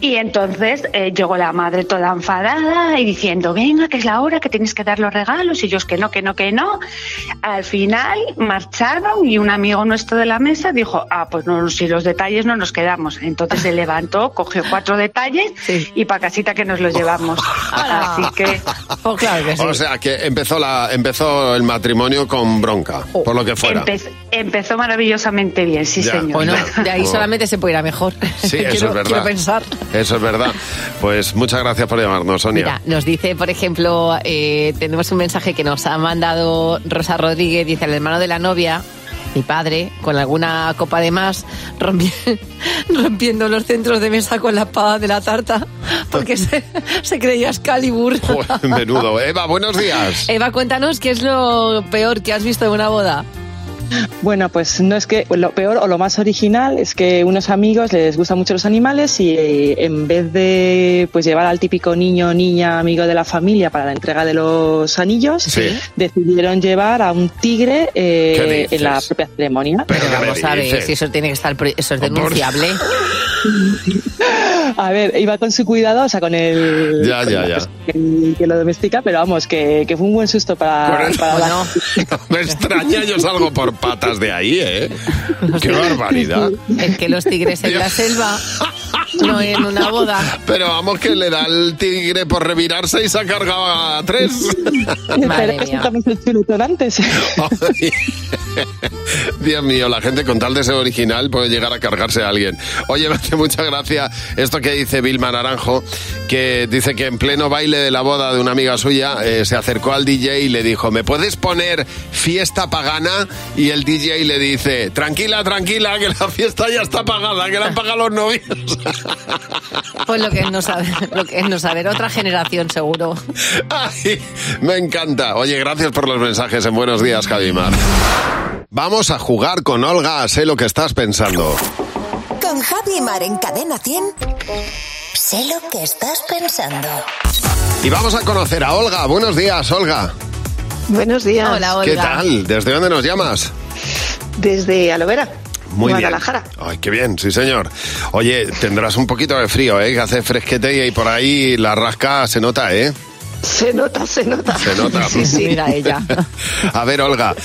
Speaker 20: Y entonces eh, llegó la madre toda enfadada y diciendo, venga, que es la hora, que tenéis que dar los regalos. Y yo, que no, que no, que no. Al final marcharon y un amigo nuestro de la mesa dijo, ah, pues no, si los detalles no nos quedamos. Entonces se levantó, cogió cuatro detalles y para casita que nos los llevamos. Así que...
Speaker 4: Oh,
Speaker 3: O sea, que empezó, la, empezó el matrimonio con bronca,
Speaker 4: Oh,
Speaker 3: por lo que fuera.
Speaker 20: Empezó, empezó maravillosamente bien, sí,
Speaker 3: Ya,
Speaker 20: señor.
Speaker 3: Bueno,
Speaker 4: De ahí
Speaker 3: Oh.
Speaker 4: solamente se puede ir a mejor.
Speaker 3: Sí,
Speaker 4: quiero,
Speaker 3: eso es verdad.
Speaker 4: quiero pensar.
Speaker 3: Eso es verdad. Pues muchas gracias por llamarnos, Sonia.
Speaker 4: Mira, nos dice, por ejemplo, eh, tenemos un mensaje que nos ha mandado Rosa Rodríguez, dice, el hermano de la novia mi padre, con alguna copa de más, rompi- rompiendo los centros de mesa con la espada de la tarta, porque se, se creía Excalibur.
Speaker 3: Menudo. Eva, buenos días.
Speaker 4: Eva, cuéntanos qué es lo peor que has visto en una boda.
Speaker 17: Bueno, pues no es que lo peor o lo más original es que unos amigos les gustan mucho los animales y eh, en vez de pues llevar al típico niño, niña, amigo de la familia para la entrega de los anillos,
Speaker 3: Sí.
Speaker 17: decidieron llevar a un tigre eh,
Speaker 4: ¿Qué dices?
Speaker 17: en la propia ceremonia.
Speaker 4: Vamos a ver si eso tiene que estar, pre- eso es denunciable.
Speaker 17: A ver, iba con su cuidado, o sea, con el
Speaker 3: Ya,
Speaker 17: con
Speaker 3: ya,
Speaker 17: la
Speaker 3: ya.
Speaker 17: persona que, que lo domestica, pero vamos, que, que fue un buen susto para,
Speaker 3: Bueno,
Speaker 17: para la-
Speaker 3: Me extraña, yo salgo por patas de ahí, ¿eh? Qué barbaridad.
Speaker 4: Es que los tigres en la selva, no en una boda.
Speaker 3: Pero vamos que le da el tigre por revirarse y se ha cargado a tres.
Speaker 17: Pero es que también se chuletón antes.
Speaker 3: Ay. Dios mío, la gente con tal de ser original puede llegar a cargarse a alguien. Oye, me hace mucha gracia esto que dice Vilma Naranjo, que dice que en pleno baile de la boda de una amiga suya eh, se acercó al DJ y le dijo, ¿me puedes poner fiesta pagana? Y el DJ le dice, tranquila, tranquila, que la fiesta ya está pagada, que la han pagado los novios.
Speaker 4: Pues lo que es no saber, lo que es no saber, otra generación seguro.
Speaker 3: Ay, me encanta. Oye, gracias por los mensajes en Buenos Días, Javimar. Vamos a jugar con Olga, sé lo que estás pensando.
Speaker 6: Con Javi y Mar en Cadena 100. Sé lo que estás pensando.
Speaker 3: Y vamos a conocer a Olga. Buenos días, Olga.
Speaker 21: Buenos días.
Speaker 3: ¿Qué tal? ¿Desde dónde nos llamas?
Speaker 21: Desde Alovera.
Speaker 3: Muy bien.
Speaker 21: Guadalajara.
Speaker 3: Ay, qué bien, sí señor. Oye, tendrás un poquito de frío, ¿eh? Que hace fresquete y ahí por ahí la rasca se nota, ¿eh?
Speaker 21: Se nota, se nota.
Speaker 3: Se nota.
Speaker 21: Sí, sí.
Speaker 4: Mira ella.
Speaker 3: A ver, Olga,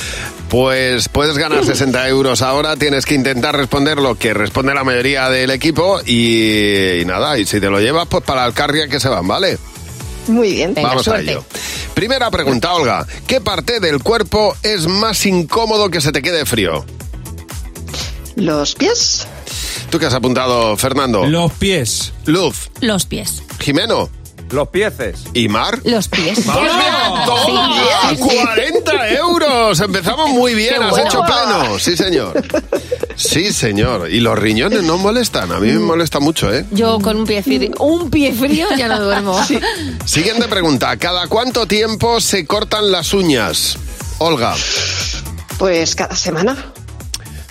Speaker 3: pues puedes ganar 60 euros ahora, tienes que intentar responder lo que responde la mayoría del equipo y, y nada, y si te lo llevas, pues para Alcarria que se van, ¿vale?
Speaker 21: Muy bien.
Speaker 3: Vamos a ello. Primera pregunta, Olga. ¿Qué parte del cuerpo es más incómodo que se te quede frío?
Speaker 21: Los pies.
Speaker 3: ¿Tú qué has apuntado, Fernando? Los pies. Luz.
Speaker 18: Los pies.
Speaker 3: Jimeno. Los pieces. ¿Y Mar?
Speaker 18: Los pies.
Speaker 3: ¡Vamos! ¡Toma! ¡40 euros! Empezamos muy bien,
Speaker 22: Qué
Speaker 3: has
Speaker 22: bueno.
Speaker 3: hecho plano. Sí, señor. Sí, señor. Y los riñones no molestan. A mí me molesta mucho, ¿eh?
Speaker 4: Yo con un pie frío, un pie frío ya no duermo.
Speaker 3: Siguiente pregunta. ¿Cada cuánto tiempo se cortan las uñas? Olga.
Speaker 21: Pues cada semana.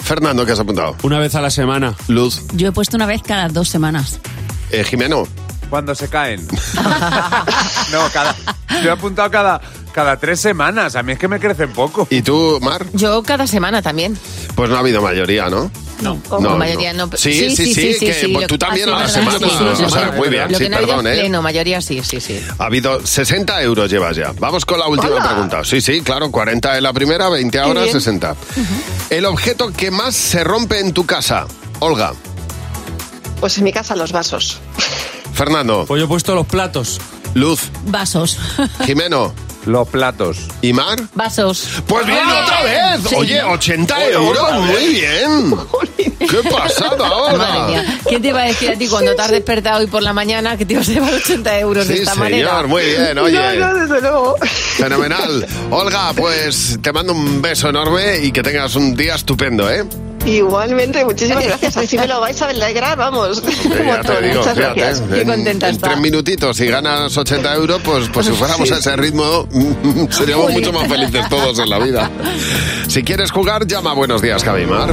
Speaker 3: Fernando, ¿qué has apuntado?
Speaker 5: Una vez a la semana.
Speaker 3: Luz.
Speaker 7: Yo he puesto una vez cada dos semanas.
Speaker 3: Eh, Jimeno.
Speaker 23: Cuando se caen. no, cada. Yo he apuntado cada, cada tres semanas. A mí es que me crecen poco.
Speaker 3: ¿Y tú, Mar?
Speaker 4: Yo cada semana también.
Speaker 3: Pues no ha habido mayoría, ¿no? No.
Speaker 4: La mayoría no.
Speaker 3: Sí, sí, sí, que pues
Speaker 4: lo-
Speaker 3: tú también
Speaker 4: ah,
Speaker 3: a la
Speaker 4: sí,
Speaker 3: semana.
Speaker 4: verdad, sí, sí,
Speaker 3: o
Speaker 4: sí,
Speaker 3: sea,
Speaker 4: sí.
Speaker 3: muy bien,
Speaker 4: Lo
Speaker 3: sí,
Speaker 4: que no ha habido
Speaker 3: perdón,
Speaker 4: es
Speaker 3: ¿eh?
Speaker 4: pleno, mayoría sí, sí, sí.
Speaker 3: Ha habido 60 euros llevas ya. Vamos con la última
Speaker 4: Hola.
Speaker 3: pregunta. Sí, sí, claro, 40 es la primera, 20 ahora,
Speaker 4: bien.
Speaker 3: 60. El objeto que más se rompe en tu casa, Olga.
Speaker 21: Pues en mi casa los vasos.
Speaker 3: Fernando.
Speaker 5: Pues yo he puesto los platos.
Speaker 3: Luz.
Speaker 7: Vasos.
Speaker 3: Jimeno.
Speaker 23: Los platos.
Speaker 3: ¿Y Mar?
Speaker 7: Vasos.
Speaker 3: Pues bien,
Speaker 4: ¡Ah!
Speaker 3: otra vez.
Speaker 7: Sí.
Speaker 3: Oye, 80
Speaker 7: Oye,
Speaker 3: euros,
Speaker 7: otra vez.
Speaker 3: muy bien. ¿Qué pasada,
Speaker 4: Madre
Speaker 3: Olga?
Speaker 4: mía. ¿Quién te iba a decir a ti cuando te has despertado hoy por la mañana que te vas a llevar 80 euros de
Speaker 3: Sí,
Speaker 4: esta
Speaker 3: señor,
Speaker 4: manera?
Speaker 3: muy bien, oye.
Speaker 21: No, no, desde luego.
Speaker 3: Fenomenal. Olga, pues te mando un beso enorme y que tengas un día estupendo, ¿eh?
Speaker 21: Igualmente, muchísimas gracias. Así me lo vais a alegrar, vamos. Un
Speaker 3: Ya
Speaker 21: montón.
Speaker 3: te digo,
Speaker 21: Muchas
Speaker 3: fíjate,
Speaker 21: gracias.
Speaker 3: en, en tres minutitos, si ganas 80 euros, pues, pues si fuéramos
Speaker 21: Sí.
Speaker 3: a ese ritmo, seríamos
Speaker 21: Jolín.
Speaker 3: mucho más felices todos en la vida. Si quieres jugar, llama a Buenos Días, Javimar.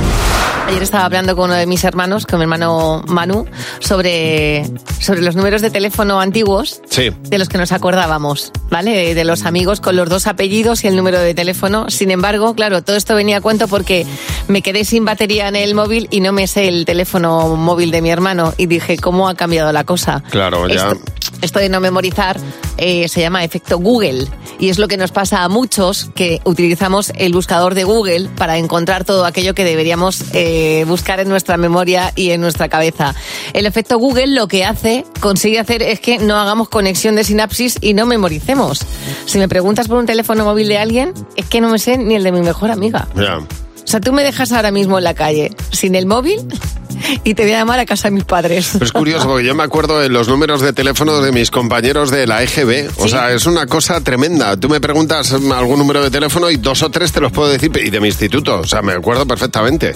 Speaker 4: Ayer estaba hablando con uno de mis hermanos, con mi hermano Manu, sobre, sobre los números de teléfono antiguos
Speaker 3: Sí.
Speaker 4: de los que nos acordábamos, ¿vale? De, de
Speaker 3: Mm.
Speaker 4: los amigos con los dos apellidos y el número de teléfono. Sin embargo, claro, todo esto venía a cuento porque me quedé sin batería en el móvil y no me sé el teléfono móvil de mi hermano y dije, ¿cómo ha cambiado la cosa?
Speaker 3: Claro, ya.
Speaker 4: Esto de no memorizar eh, se llama efecto Google y es lo que nos pasa a muchos que utilizamos el buscador de Google para encontrar todo aquello que deberíamos eh, buscar en nuestra memoria y en nuestra cabeza. El efecto Google lo que hace, consigue hacer es que no hagamos conexión de sinapsis y no memoricemos. Si me preguntas por un teléfono móvil de alguien, es que no me sé ni el de mi mejor amiga.
Speaker 3: Ya.
Speaker 4: O sea, tú me dejas ahora mismo en la calle sin el móvil y te voy a llamar a casa de mis padres.
Speaker 3: Pero es curioso porque yo me acuerdo de los números de teléfono de mis compañeros de la EGB. O sea, es una cosa tremenda. Tú me preguntas algún número de teléfono y dos o tres te los puedo decir. Y de mi instituto, o sea, me acuerdo perfectamente.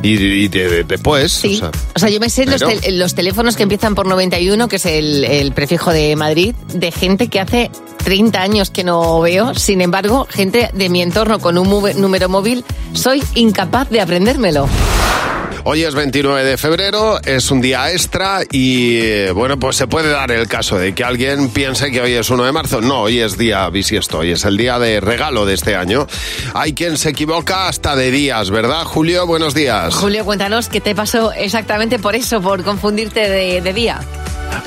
Speaker 3: Y, y de- de- después, o sea,
Speaker 4: O sea, yo me sé los,
Speaker 3: Pero-
Speaker 4: tel- los teléfonos que empiezan por 91, que es el, el prefijo de Madrid, de gente que hace 30 años que no veo. Sin embargo, gente de mi entorno con un mu- número móvil, soy incapaz de aprendérmelo.
Speaker 3: Hoy es 29 de febrero, es un día extra y eh, bueno, pues se puede dar el caso de que alguien piense que hoy es 1 de marzo. No, hoy es día bisiesto, hoy es el día de regalo de este año. Hay quien se equivoca hasta de días, ¿verdad, Julio? Buenos días.
Speaker 4: Julio, cuéntanos qué te pasó exactamente por eso, por confundirte de, de día.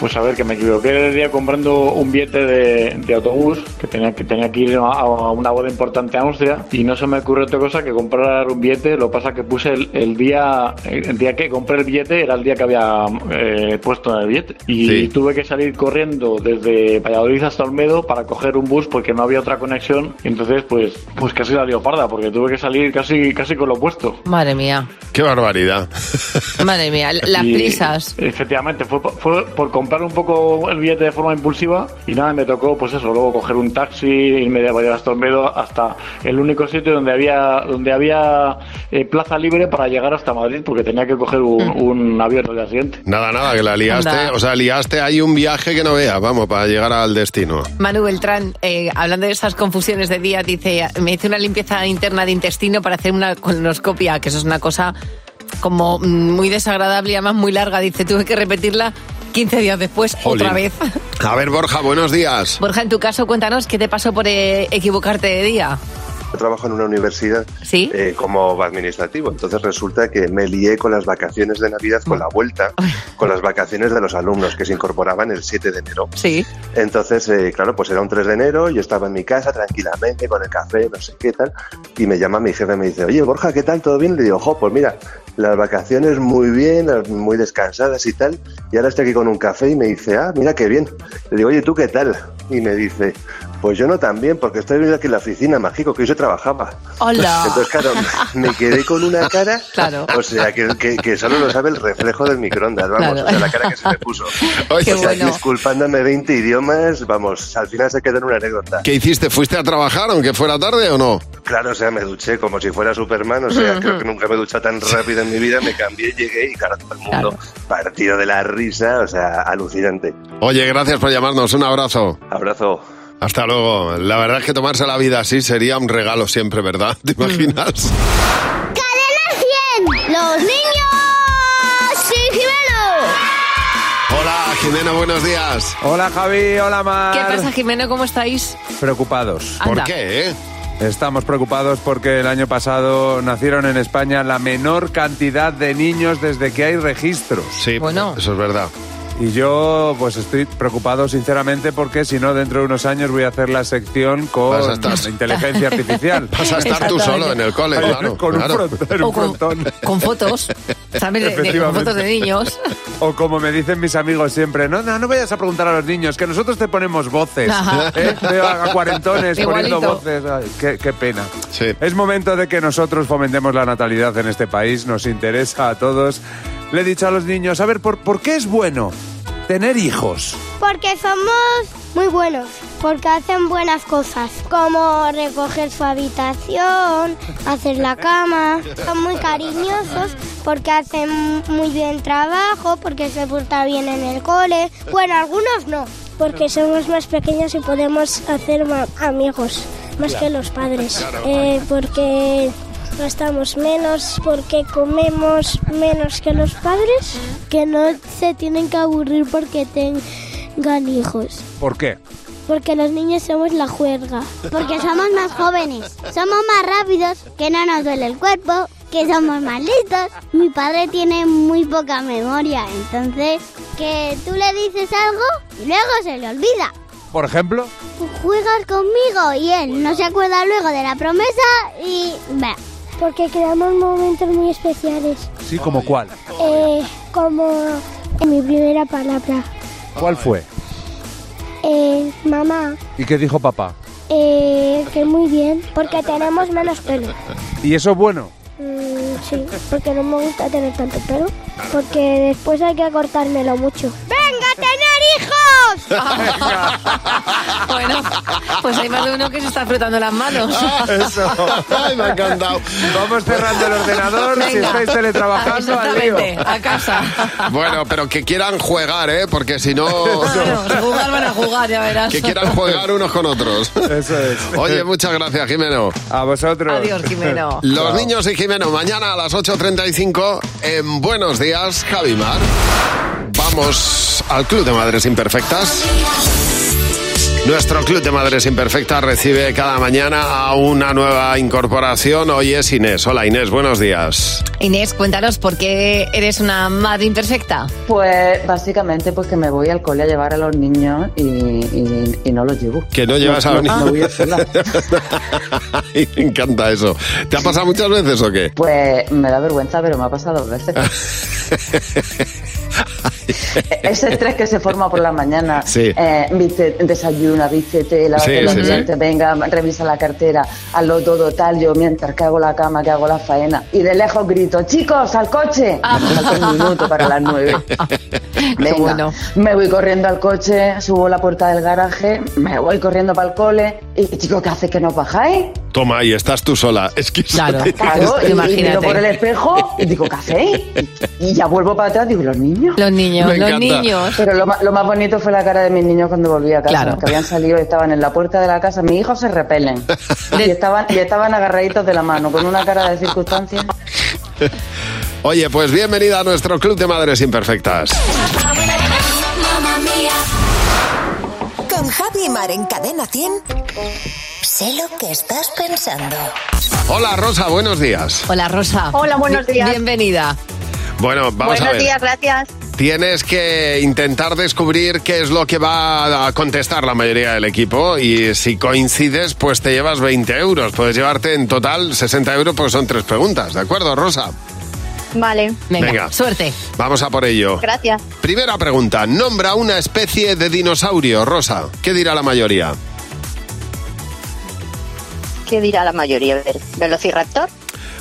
Speaker 1: Pues a ver, que me equivoqué el día comprando un billete de, de autobús que tenía, que tenía que ir a, a una boda importante a Austria y no se me ocurrió otra cosa que comprar un billete. Lo que pasa que puse el, el día el día que compré el billete era el día que había eh, puesto en el billete y
Speaker 2: Sí.
Speaker 1: tuve que salir corriendo desde Valladolid hasta Olmedo para coger un bus porque no había otra conexión. Entonces, pues, pues casi la leoparda porque tuve que salir casi, casi con lo opuesto.
Speaker 4: Madre mía,
Speaker 3: Qué barbaridad.
Speaker 4: madre mía, las
Speaker 1: Y,
Speaker 4: prisas.
Speaker 1: Efectivamente, fue, po- fue por comprar un poco el billete de forma impulsiva y nada, me tocó pues eso, luego coger un taxi, irme de Valladolid hasta Olmedo hasta el único sitio donde había donde había eh, plaza libre para llegar hasta Madrid porque tenía que coger un,
Speaker 4: Mm.
Speaker 1: un avión el día siguiente.
Speaker 3: Nada, nada, que la liaste,
Speaker 4: Anda.
Speaker 3: o sea, liaste hay un viaje que no veas, vamos, para llegar al destino.
Speaker 4: Manu Beltrán, eh, hablando de esas confusiones de día, dice, me hice una limpieza interna de intestino para hacer una colonoscopia, que eso es una cosa como mm, muy desagradable y además muy larga. Dice, tuve que repetirla 15 días después otra
Speaker 3: Jolín.
Speaker 4: vez.
Speaker 3: A ver, Borja, buenos días.
Speaker 4: Borja, en tu caso, cuéntanos qué te pasó por eh, equivocarte de día.
Speaker 24: Yo trabajo en una universidad
Speaker 4: ¿Sí?
Speaker 24: eh, como administrativo, entonces resulta que me lié con las vacaciones de Navidad, con la vuelta, con las vacaciones de los alumnos que se incorporaban el 7 de enero.
Speaker 4: Sí.
Speaker 24: Entonces, eh, claro, pues era un 3 de enero, yo estaba en mi casa tranquilamente con el café, no sé qué tal, y me llama mi jefe y me dice, oye, Borja, ¿qué tal? ¿Todo bien? Le digo, ojo, pues mira, las vacaciones muy bien, las muy descansadas y tal, y ahora estoy aquí con un café y me dice, ah, mira qué bien. Le digo, oye, ¿tú qué tal? Y me dice, pues yo no tan bien, porque estoy viendo aquí en la oficina, mágico, que yo trabajaba.
Speaker 4: Hola.
Speaker 24: Entonces, claro, me quedé con una cara,
Speaker 4: Claro.
Speaker 24: o sea, que, que- que solo lo sabe el reflejo del microondas, vamos,
Speaker 4: Claro.
Speaker 24: o sea, la cara que se me puso.
Speaker 3: Qué
Speaker 24: O sea,
Speaker 3: bueno.
Speaker 24: disculpándome 20 idiomas, vamos, al final se quedó en una anécdota.
Speaker 3: ¿Qué hiciste? ¿Fuiste a trabajar aunque fuera tarde o no?
Speaker 24: Claro, o sea, me duché como si fuera Superman, o sea,
Speaker 3: Ujú.
Speaker 24: creo que nunca me he duchado tan rápido en mi vida, me cambié, llegué y claro, todo el mundo partido de la risa, o sea, alucinante.
Speaker 3: Oye, gracias por llamarnos. Un abrazo.
Speaker 24: Abrazo.
Speaker 3: Hasta luego. La verdad es que tomarse la vida así sería un regalo siempre, ¿verdad? ¿Te imaginas?
Speaker 22: ¡100! ¡Los niños! ¡Sí,
Speaker 3: Hola, Jimena, buenos días.
Speaker 23: Hola Javi, hola Mar.
Speaker 4: ¿Qué pasa, Jimeno? ¿Cómo estáis?
Speaker 23: Preocupados.
Speaker 4: ¿Por Anda.
Speaker 3: qué? eh?
Speaker 23: Estamos preocupados porque el año pasado nacieron en España la menor cantidad de niños desde que hay registros.
Speaker 3: Sí, eso es verdad.
Speaker 23: Y yo pues estoy preocupado sinceramente porque si no dentro de unos años voy a hacer la sección con
Speaker 3: Vas a estar-
Speaker 23: la inteligencia artificial.
Speaker 3: Vas a estar tú solo en el cole, claro.
Speaker 23: Con un
Speaker 3: claro.
Speaker 23: frontón, un frontón.
Speaker 4: Con fotos, ¿sabes? De- De, con
Speaker 23: Efectivamente.
Speaker 4: fotos de niños.
Speaker 23: O como me dicen mis amigos siempre, no, no, no vayas a preguntar a los niños, que nosotros te ponemos voces.
Speaker 4: Ajá.
Speaker 23: ¿eh? Veo a cuarentones poniendo
Speaker 4: Igualito.
Speaker 23: voces. Ay, qué, qué pena. Es momento de que nosotros fomentemos la natalidad en este país, nos interesa a todos. Le he dicho a los niños, a ver, ¿por, por qué es bueno tener hijos?
Speaker 22: Porque somos muy buenos, porque hacen buenas cosas, como recoger su habitación, hacer la cama. Son muy cariñosos porque hacen muy bien trabajo, porque se portan bien en el cole. Bueno, algunos no. Porque somos más pequeños y podemos hacer amigos,
Speaker 25: más Claro. que
Speaker 22: los padres. Eh, porque gastamos menos porque comemos menos que los padres, que no se tienen que aburrir porque tengan hijos.
Speaker 23: ¿Por qué?
Speaker 22: Porque los niños somos la juerga. Porque somos más jóvenes, somos más rápidos, que no nos duele el cuerpo, que somos más listos. Mi padre tiene muy poca memoria, entonces que tú le dices algo y luego se le olvida.
Speaker 23: Por ejemplo,
Speaker 22: Juegas conmigo y él no se acuerda luego de la promesa y... Porque creamos momentos muy especiales.
Speaker 23: sí, como cuál.
Speaker 22: Eh, como mi primera palabra.
Speaker 23: ¿Cuál fue?
Speaker 22: Eh, mamá,
Speaker 23: ¿Y qué dijo papá?
Speaker 22: eh, que muy bien, porque tenemos menos pelo.
Speaker 23: ¿Y eso es bueno?
Speaker 22: Mm, sí, porque no me gusta tener tanto pelo. porque después hay que acortármelo mucho. ¡Venga, tener hijos!
Speaker 4: bueno, pues hay más de uno que se está frotando las manos.
Speaker 3: Ah, Eso. Ay, me ha encantado.
Speaker 23: Vamos cerrando el ordenador. Si
Speaker 4: Venga.
Speaker 23: estáis teletrabajando, al lío.
Speaker 4: Exactamente, a casa.
Speaker 3: Bueno, pero que quieran jugar, ¿eh? Porque si no...
Speaker 4: Claro, Pues jugar van a jugar, ya verás.
Speaker 3: Que quieran jugar unos con otros. Eso es. Oye, muchas gracias, Jimeno.
Speaker 23: A vosotros.
Speaker 4: Adiós, Jimeno.
Speaker 3: Los
Speaker 4: Chao.
Speaker 3: niños y Jimeno, mañana a las 8.35 en Buenos Días, Javimar. Vamos al Club de Madres Imperfectas. Nuestro Club de Madres Imperfectas recibe cada mañana a una nueva incorporación. Hoy es Inés. Hola Inés, buenos días.
Speaker 4: Inés, cuéntanos por qué eres una madre imperfecta.
Speaker 2: Pues básicamente pues que me voy al cole a llevar a los niños y, y- y no los llevo.
Speaker 3: Que no llevas a
Speaker 2: No,
Speaker 3: los
Speaker 2: no, no voy yo
Speaker 3: niños.
Speaker 2: sola.
Speaker 3: Ay, Me encanta eso. ¿Te ha pasado muchas veces o qué?
Speaker 2: Pues me da vergüenza, pero me ha pasado dos veces. Ese estrés que se forma por la mañana.
Speaker 3: Sí.
Speaker 2: Eh, viste, desayuna, vístete, lávate
Speaker 3: Sí,
Speaker 2: los
Speaker 3: sí, sí.
Speaker 2: dientes, venga, revisa la cartera, hazlo todo tal. Yo mientras que hago la cama, que hago la faena. Y de lejos grito, chicos, al coche.
Speaker 8: Ah,
Speaker 2: Me falta un minuto para las nueve. Venga, me voy corriendo al coche, subo la puerta del garaje, me voy corriendo para el cole. Y chicos, ¿qué hace que no os bajáis?
Speaker 3: Toma, y estás tú sola. Es que eso
Speaker 2: Claro,
Speaker 3: te-
Speaker 2: claro, y- y miro por el espejo y digo, ¿café? Y ya vuelvo para atrás, digo, los niños.
Speaker 4: Los niños, Me los encanta. niños.
Speaker 2: Pero lo, ma- lo más bonito fue la cara de mis niños cuando volví a casa,
Speaker 4: Claro.
Speaker 2: que habían salido y estaban en la puerta de la casa. Mis hijos se repelen. Y estaban, y estaban agarraditos de la mano, con una cara de circunstancia.
Speaker 3: Oye, pues bienvenida a nuestro Club de Madres Imperfectas.
Speaker 6: Mamma mía. Con Javi y Mar en Cadena 100. Sé lo que estás pensando.
Speaker 3: Hola Rosa, buenos días.
Speaker 4: Hola, Rosa.
Speaker 9: Hola, buenos
Speaker 4: Bi-
Speaker 9: días.
Speaker 4: Bienvenida.
Speaker 3: Bueno, vamos a
Speaker 9: Buenos
Speaker 3: ver.
Speaker 9: días, gracias.
Speaker 3: Tienes que intentar descubrir qué es lo que va a contestar la mayoría del equipo y si coincides, pues te llevas 20 euros. Puedes llevarte en total 60 euros porque son tres preguntas, ¿de acuerdo, Rosa?
Speaker 9: Vale.
Speaker 3: Venga, Venga.
Speaker 4: suerte.
Speaker 3: Vamos a por ello.
Speaker 9: Gracias.
Speaker 3: Primera pregunta, nombra una especie de dinosaurio, Rosa. ¿Qué dirá la mayoría?
Speaker 9: ¿Qué dirá la mayoría? A ver, ¿Velociraptor?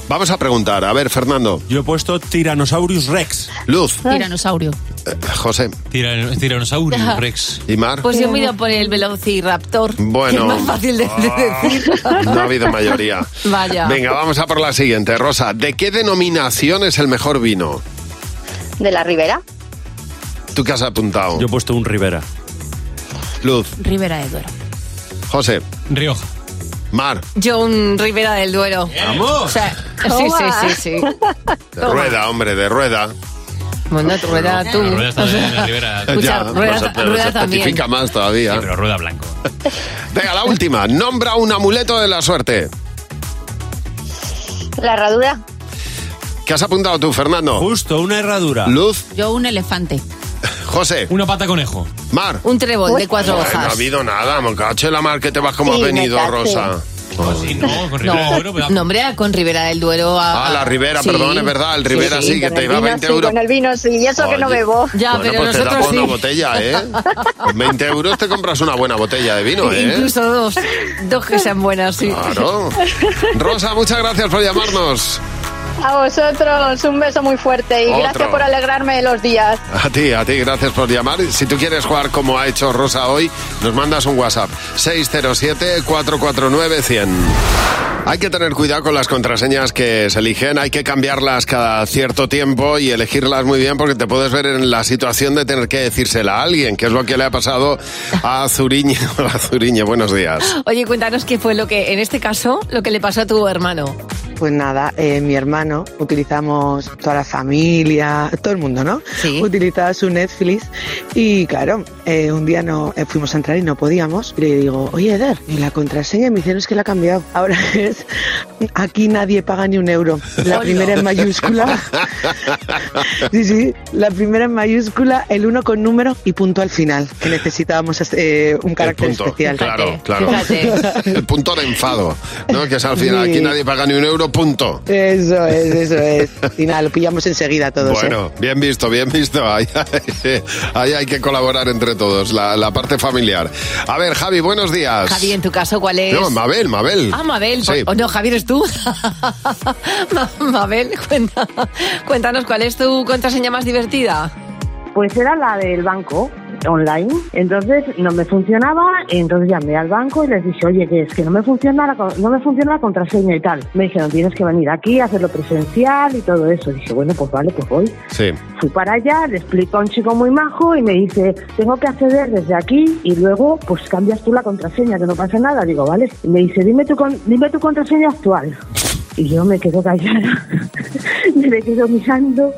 Speaker 3: Vamos a preguntar. A ver, Fernando.
Speaker 19: Yo he puesto Tyrannosaurus Rex.
Speaker 3: Luz. Eh,
Speaker 4: Tiranosaurio.
Speaker 3: José.
Speaker 19: Tyrannosaurus Rex.
Speaker 3: ¿Y Mar?
Speaker 4: Pues yo me he ido por el velociraptor.
Speaker 3: Bueno. Ah.
Speaker 4: que es más fácil de, de decir.
Speaker 3: No ha habido mayoría.
Speaker 4: Vaya.
Speaker 3: Venga, vamos a por la siguiente, Rosa. ¿De qué denominación es el mejor vino?
Speaker 9: ¿De la Ribera?
Speaker 3: ¿Tú qué has apuntado?
Speaker 19: Yo he puesto un Rivera.
Speaker 3: Luz,
Speaker 4: Rivera del Duero.
Speaker 3: José.
Speaker 19: Rioja.
Speaker 3: Mar,
Speaker 4: Yo un Rivera del Duero.
Speaker 3: Vamos.
Speaker 4: O sea, sí,
Speaker 9: Toma.
Speaker 4: sí, sí, sí.
Speaker 3: de
Speaker 4: Toma.
Speaker 3: rueda, hombre, de rueda.
Speaker 4: Bueno, tu rueda tú. O sea, escucha, rueda-
Speaker 3: no se- pero
Speaker 4: rueda
Speaker 3: se
Speaker 4: también.
Speaker 3: especifica más todavía. Sí, pero
Speaker 19: rueda blanco.
Speaker 3: Venga, la última. Nombra un amuleto de la suerte.
Speaker 9: ¿La herradura?
Speaker 3: ¿Qué has apuntado tú, Fernando?
Speaker 19: Justo, una herradura.
Speaker 3: Luz,
Speaker 7: Yo un elefante.
Speaker 3: José.
Speaker 19: Una pata conejo.
Speaker 3: Mar.
Speaker 4: Un trébol de cuatro
Speaker 3: Bueno, no ha
Speaker 4: hojas.
Speaker 3: habido nada, me cacho en la mar que te vas como
Speaker 4: Sí,
Speaker 3: has
Speaker 4: me
Speaker 3: venido,
Speaker 4: cacho.
Speaker 3: Rosa.
Speaker 4: No, nombrea con Rivera del Duero a...
Speaker 3: Ah, la Rivera,
Speaker 4: Sí.
Speaker 3: perdón, es verdad, el Rivera sí, que te iba 20 euros.
Speaker 9: el vino sí, y eso
Speaker 3: que no Oye. bebo.
Speaker 4: Ya,
Speaker 3: Bueno,
Speaker 4: pero
Speaker 3: pues te
Speaker 4: nosotros
Speaker 3: damos
Speaker 4: sí.
Speaker 3: una botella, ¿eh? Con 20 euros te compras una buena botella de vino, ¿eh?
Speaker 4: Incluso dos. Dos que sean buenas, sí.
Speaker 3: Claro. Rosa, muchas gracias por llamarnos.
Speaker 9: A vosotros, un beso muy fuerte y
Speaker 3: Otro.
Speaker 9: gracias por alegrarme de los días.
Speaker 3: A ti, a ti, gracias por llamar. Si tú quieres jugar como ha hecho Rosa hoy, nos mandas un WhatsApp. 607-449-100. Hay que tener cuidado con las contraseñas que se eligen, hay que cambiarlas cada cierto tiempo y elegirlas muy bien porque te puedes ver en la situación de tener que decírsela a alguien, que es lo que le ha pasado a Zuriñe. Hola, Zuriñe, buenos días.
Speaker 4: Oye, cuéntanos qué fue lo que, en este caso, lo que le pasó a tu hermano.
Speaker 11: Pues nada, eh, mi hermano, utilizamos toda la familia, todo el mundo, ¿no? Sí. Utilizaba su Netflix y claro, eh, un día no eh, fuimos a entrar y no podíamos. Y le digo, oye, Eder, ¿y la contraseña? Y me dice, "No, es que la ha cambiado. Ahora es, aquí nadie paga ni un euro. La
Speaker 12: Hola.
Speaker 11: primera en mayúscula. Sí, sí, la primera en mayúscula, el uno con número y punto al final, que necesitábamos eh, un carácter
Speaker 3: punto.
Speaker 11: especial.
Speaker 3: Claro, claro. El punto de enfado, ¿no? Que es al final,
Speaker 11: Sí.
Speaker 3: aquí nadie paga ni un euro, punto.
Speaker 11: Eso es, eso es. Y nada, lo pillamos enseguida todos. ¿eh?
Speaker 3: Bueno, bien visto, bien visto. Ahí, ahí hay que colaborar entre todos, la, la parte familiar. A ver, Javi, buenos días.
Speaker 4: Javi, en tu caso, ¿cuál es?
Speaker 3: No, Mabel, Mabel.
Speaker 4: Ah, Mabel,
Speaker 3: Sí.
Speaker 4: O no, Javier, es tú. Ma- Mabel, cuenta- cuéntanos cuál es tu contraseña más divertida.
Speaker 10: Pues era la del banco online, entonces no me funcionaba, entonces llamé al banco y les dije, oye, que es que no me funciona la, co- no me funciona la contraseña y tal. Me dijeron, tienes que venir aquí, hacerlo presencial y todo eso. Dije, bueno, pues vale, pues voy.
Speaker 3: Sí.
Speaker 10: Fui para allá, le explico a un chico muy majo y me dice, tengo que acceder desde aquí y luego pues cambias tú la contraseña, que no pasa nada. Digo, vale. Y me dice, dime tu, con- dime tu contraseña actual. Y yo me quedo callada, me le quedo mirando.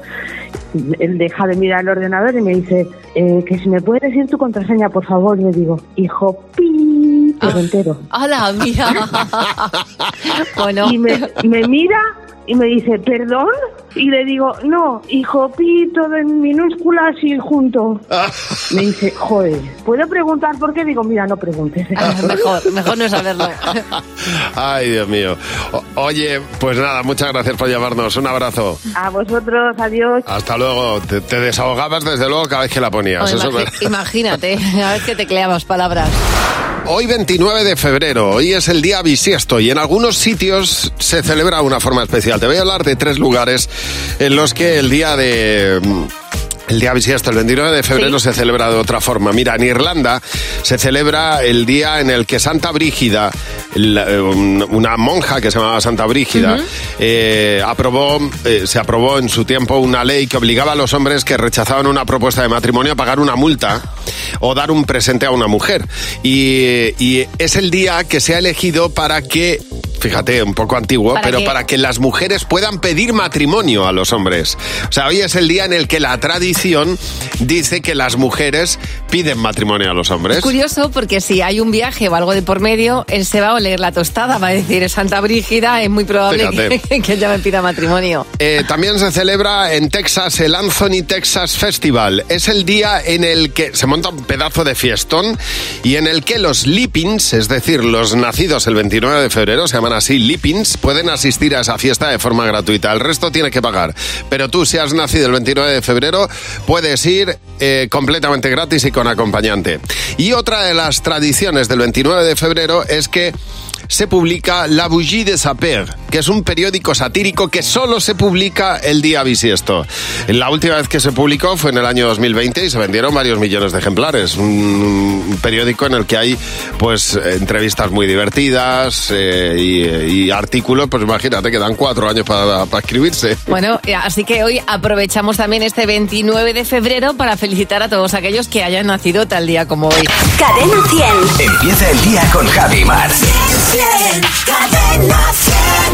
Speaker 10: Él deja de mirar el ordenador y me dice, eh, que si me puedes decir tu contraseña, por favor. Y le digo, hijo, pi, pero entero.
Speaker 4: ¡Hala, mira!
Speaker 10: Y me, me mira y me dice, ¿perdón? Y le digo, no, hijo, pi, todo en minúsculas y junto. Me dice, joder, ¿puedo preguntar por qué? Digo, mira, no preguntes.
Speaker 4: mejor, mejor no saberlo.
Speaker 3: Ay, Dios mío. O- oye, pues nada, muchas gracias por llamarnos. Un abrazo.
Speaker 10: A vosotros, adiós.
Speaker 3: Hasta luego. Te, te desahogabas desde luego cada vez que la ponías.
Speaker 4: Bueno,
Speaker 3: Eso es
Speaker 4: imagi-
Speaker 3: verdad.
Speaker 4: imagínate, a ver que tecleabas palabras.
Speaker 3: Hoy 29 de febrero, hoy es el día bisiesto y en algunos sitios se celebra de una forma especial. Te voy a hablar de tres lugares en los que el día de... mm, El día bisiesto, el 29 de febrero, se celebra de otra forma. Mira, en Irlanda se celebra el día en el que Santa Brígida, la- eh, un- una monja que se llamaba Santa Brígida, eh, aprobó, eh, se aprobó en su tiempo una ley que obligaba a los hombres que rechazaban una propuesta de matrimonio a pagar una multa o dar un presente a una mujer. Y, y es el día que se ha elegido para que, fíjate, un poco antiguo,
Speaker 12: ¿Para
Speaker 3: pero
Speaker 12: qué?
Speaker 3: para que las mujeres puedan pedir matrimonio a los hombres. O sea, hoy es el día en el que la tradición dice que las mujeres piden matrimonio a los hombres.
Speaker 4: Es curioso porque si hay un viaje o algo de por medio, él se va a oler la tostada, va a decir, es Santa Brígida, es muy probable
Speaker 3: Fíjate.
Speaker 4: que, que ella me pida matrimonio.
Speaker 3: Eh, también se celebra en Texas el Anthony Texas Festival. Es el día en el que se monta un pedazo de fiestón y en el que los Lippins, es decir, los nacidos el 29 de febrero, se llaman así Lippins, pueden asistir a esa fiesta de forma gratuita. El resto tiene que pagar. Pero tú, si has nacido el 29 de febrero, puedes ir eh, completamente gratis y con acompañante. Y otra de las tradiciones del 29 de febrero es que se publica La Bougie de Saper, que es un periódico satírico que solo se publica el día bisiesto. La última vez que se publicó fue en el año 2020 y se vendieron varios millones de ejemplares. Un periódico en el que hay pues entrevistas muy divertidas eh, y, y artículos, pues imagínate que dan cuatro años para, para escribirse.
Speaker 4: Bueno, eh, así que hoy aprovechamos también este 29 de febrero para felicitar a todos aquellos que hayan nacido tal día como hoy.
Speaker 6: Cadena 100.
Speaker 14: Empieza el día con Javi Mar.
Speaker 6: Cadena 100.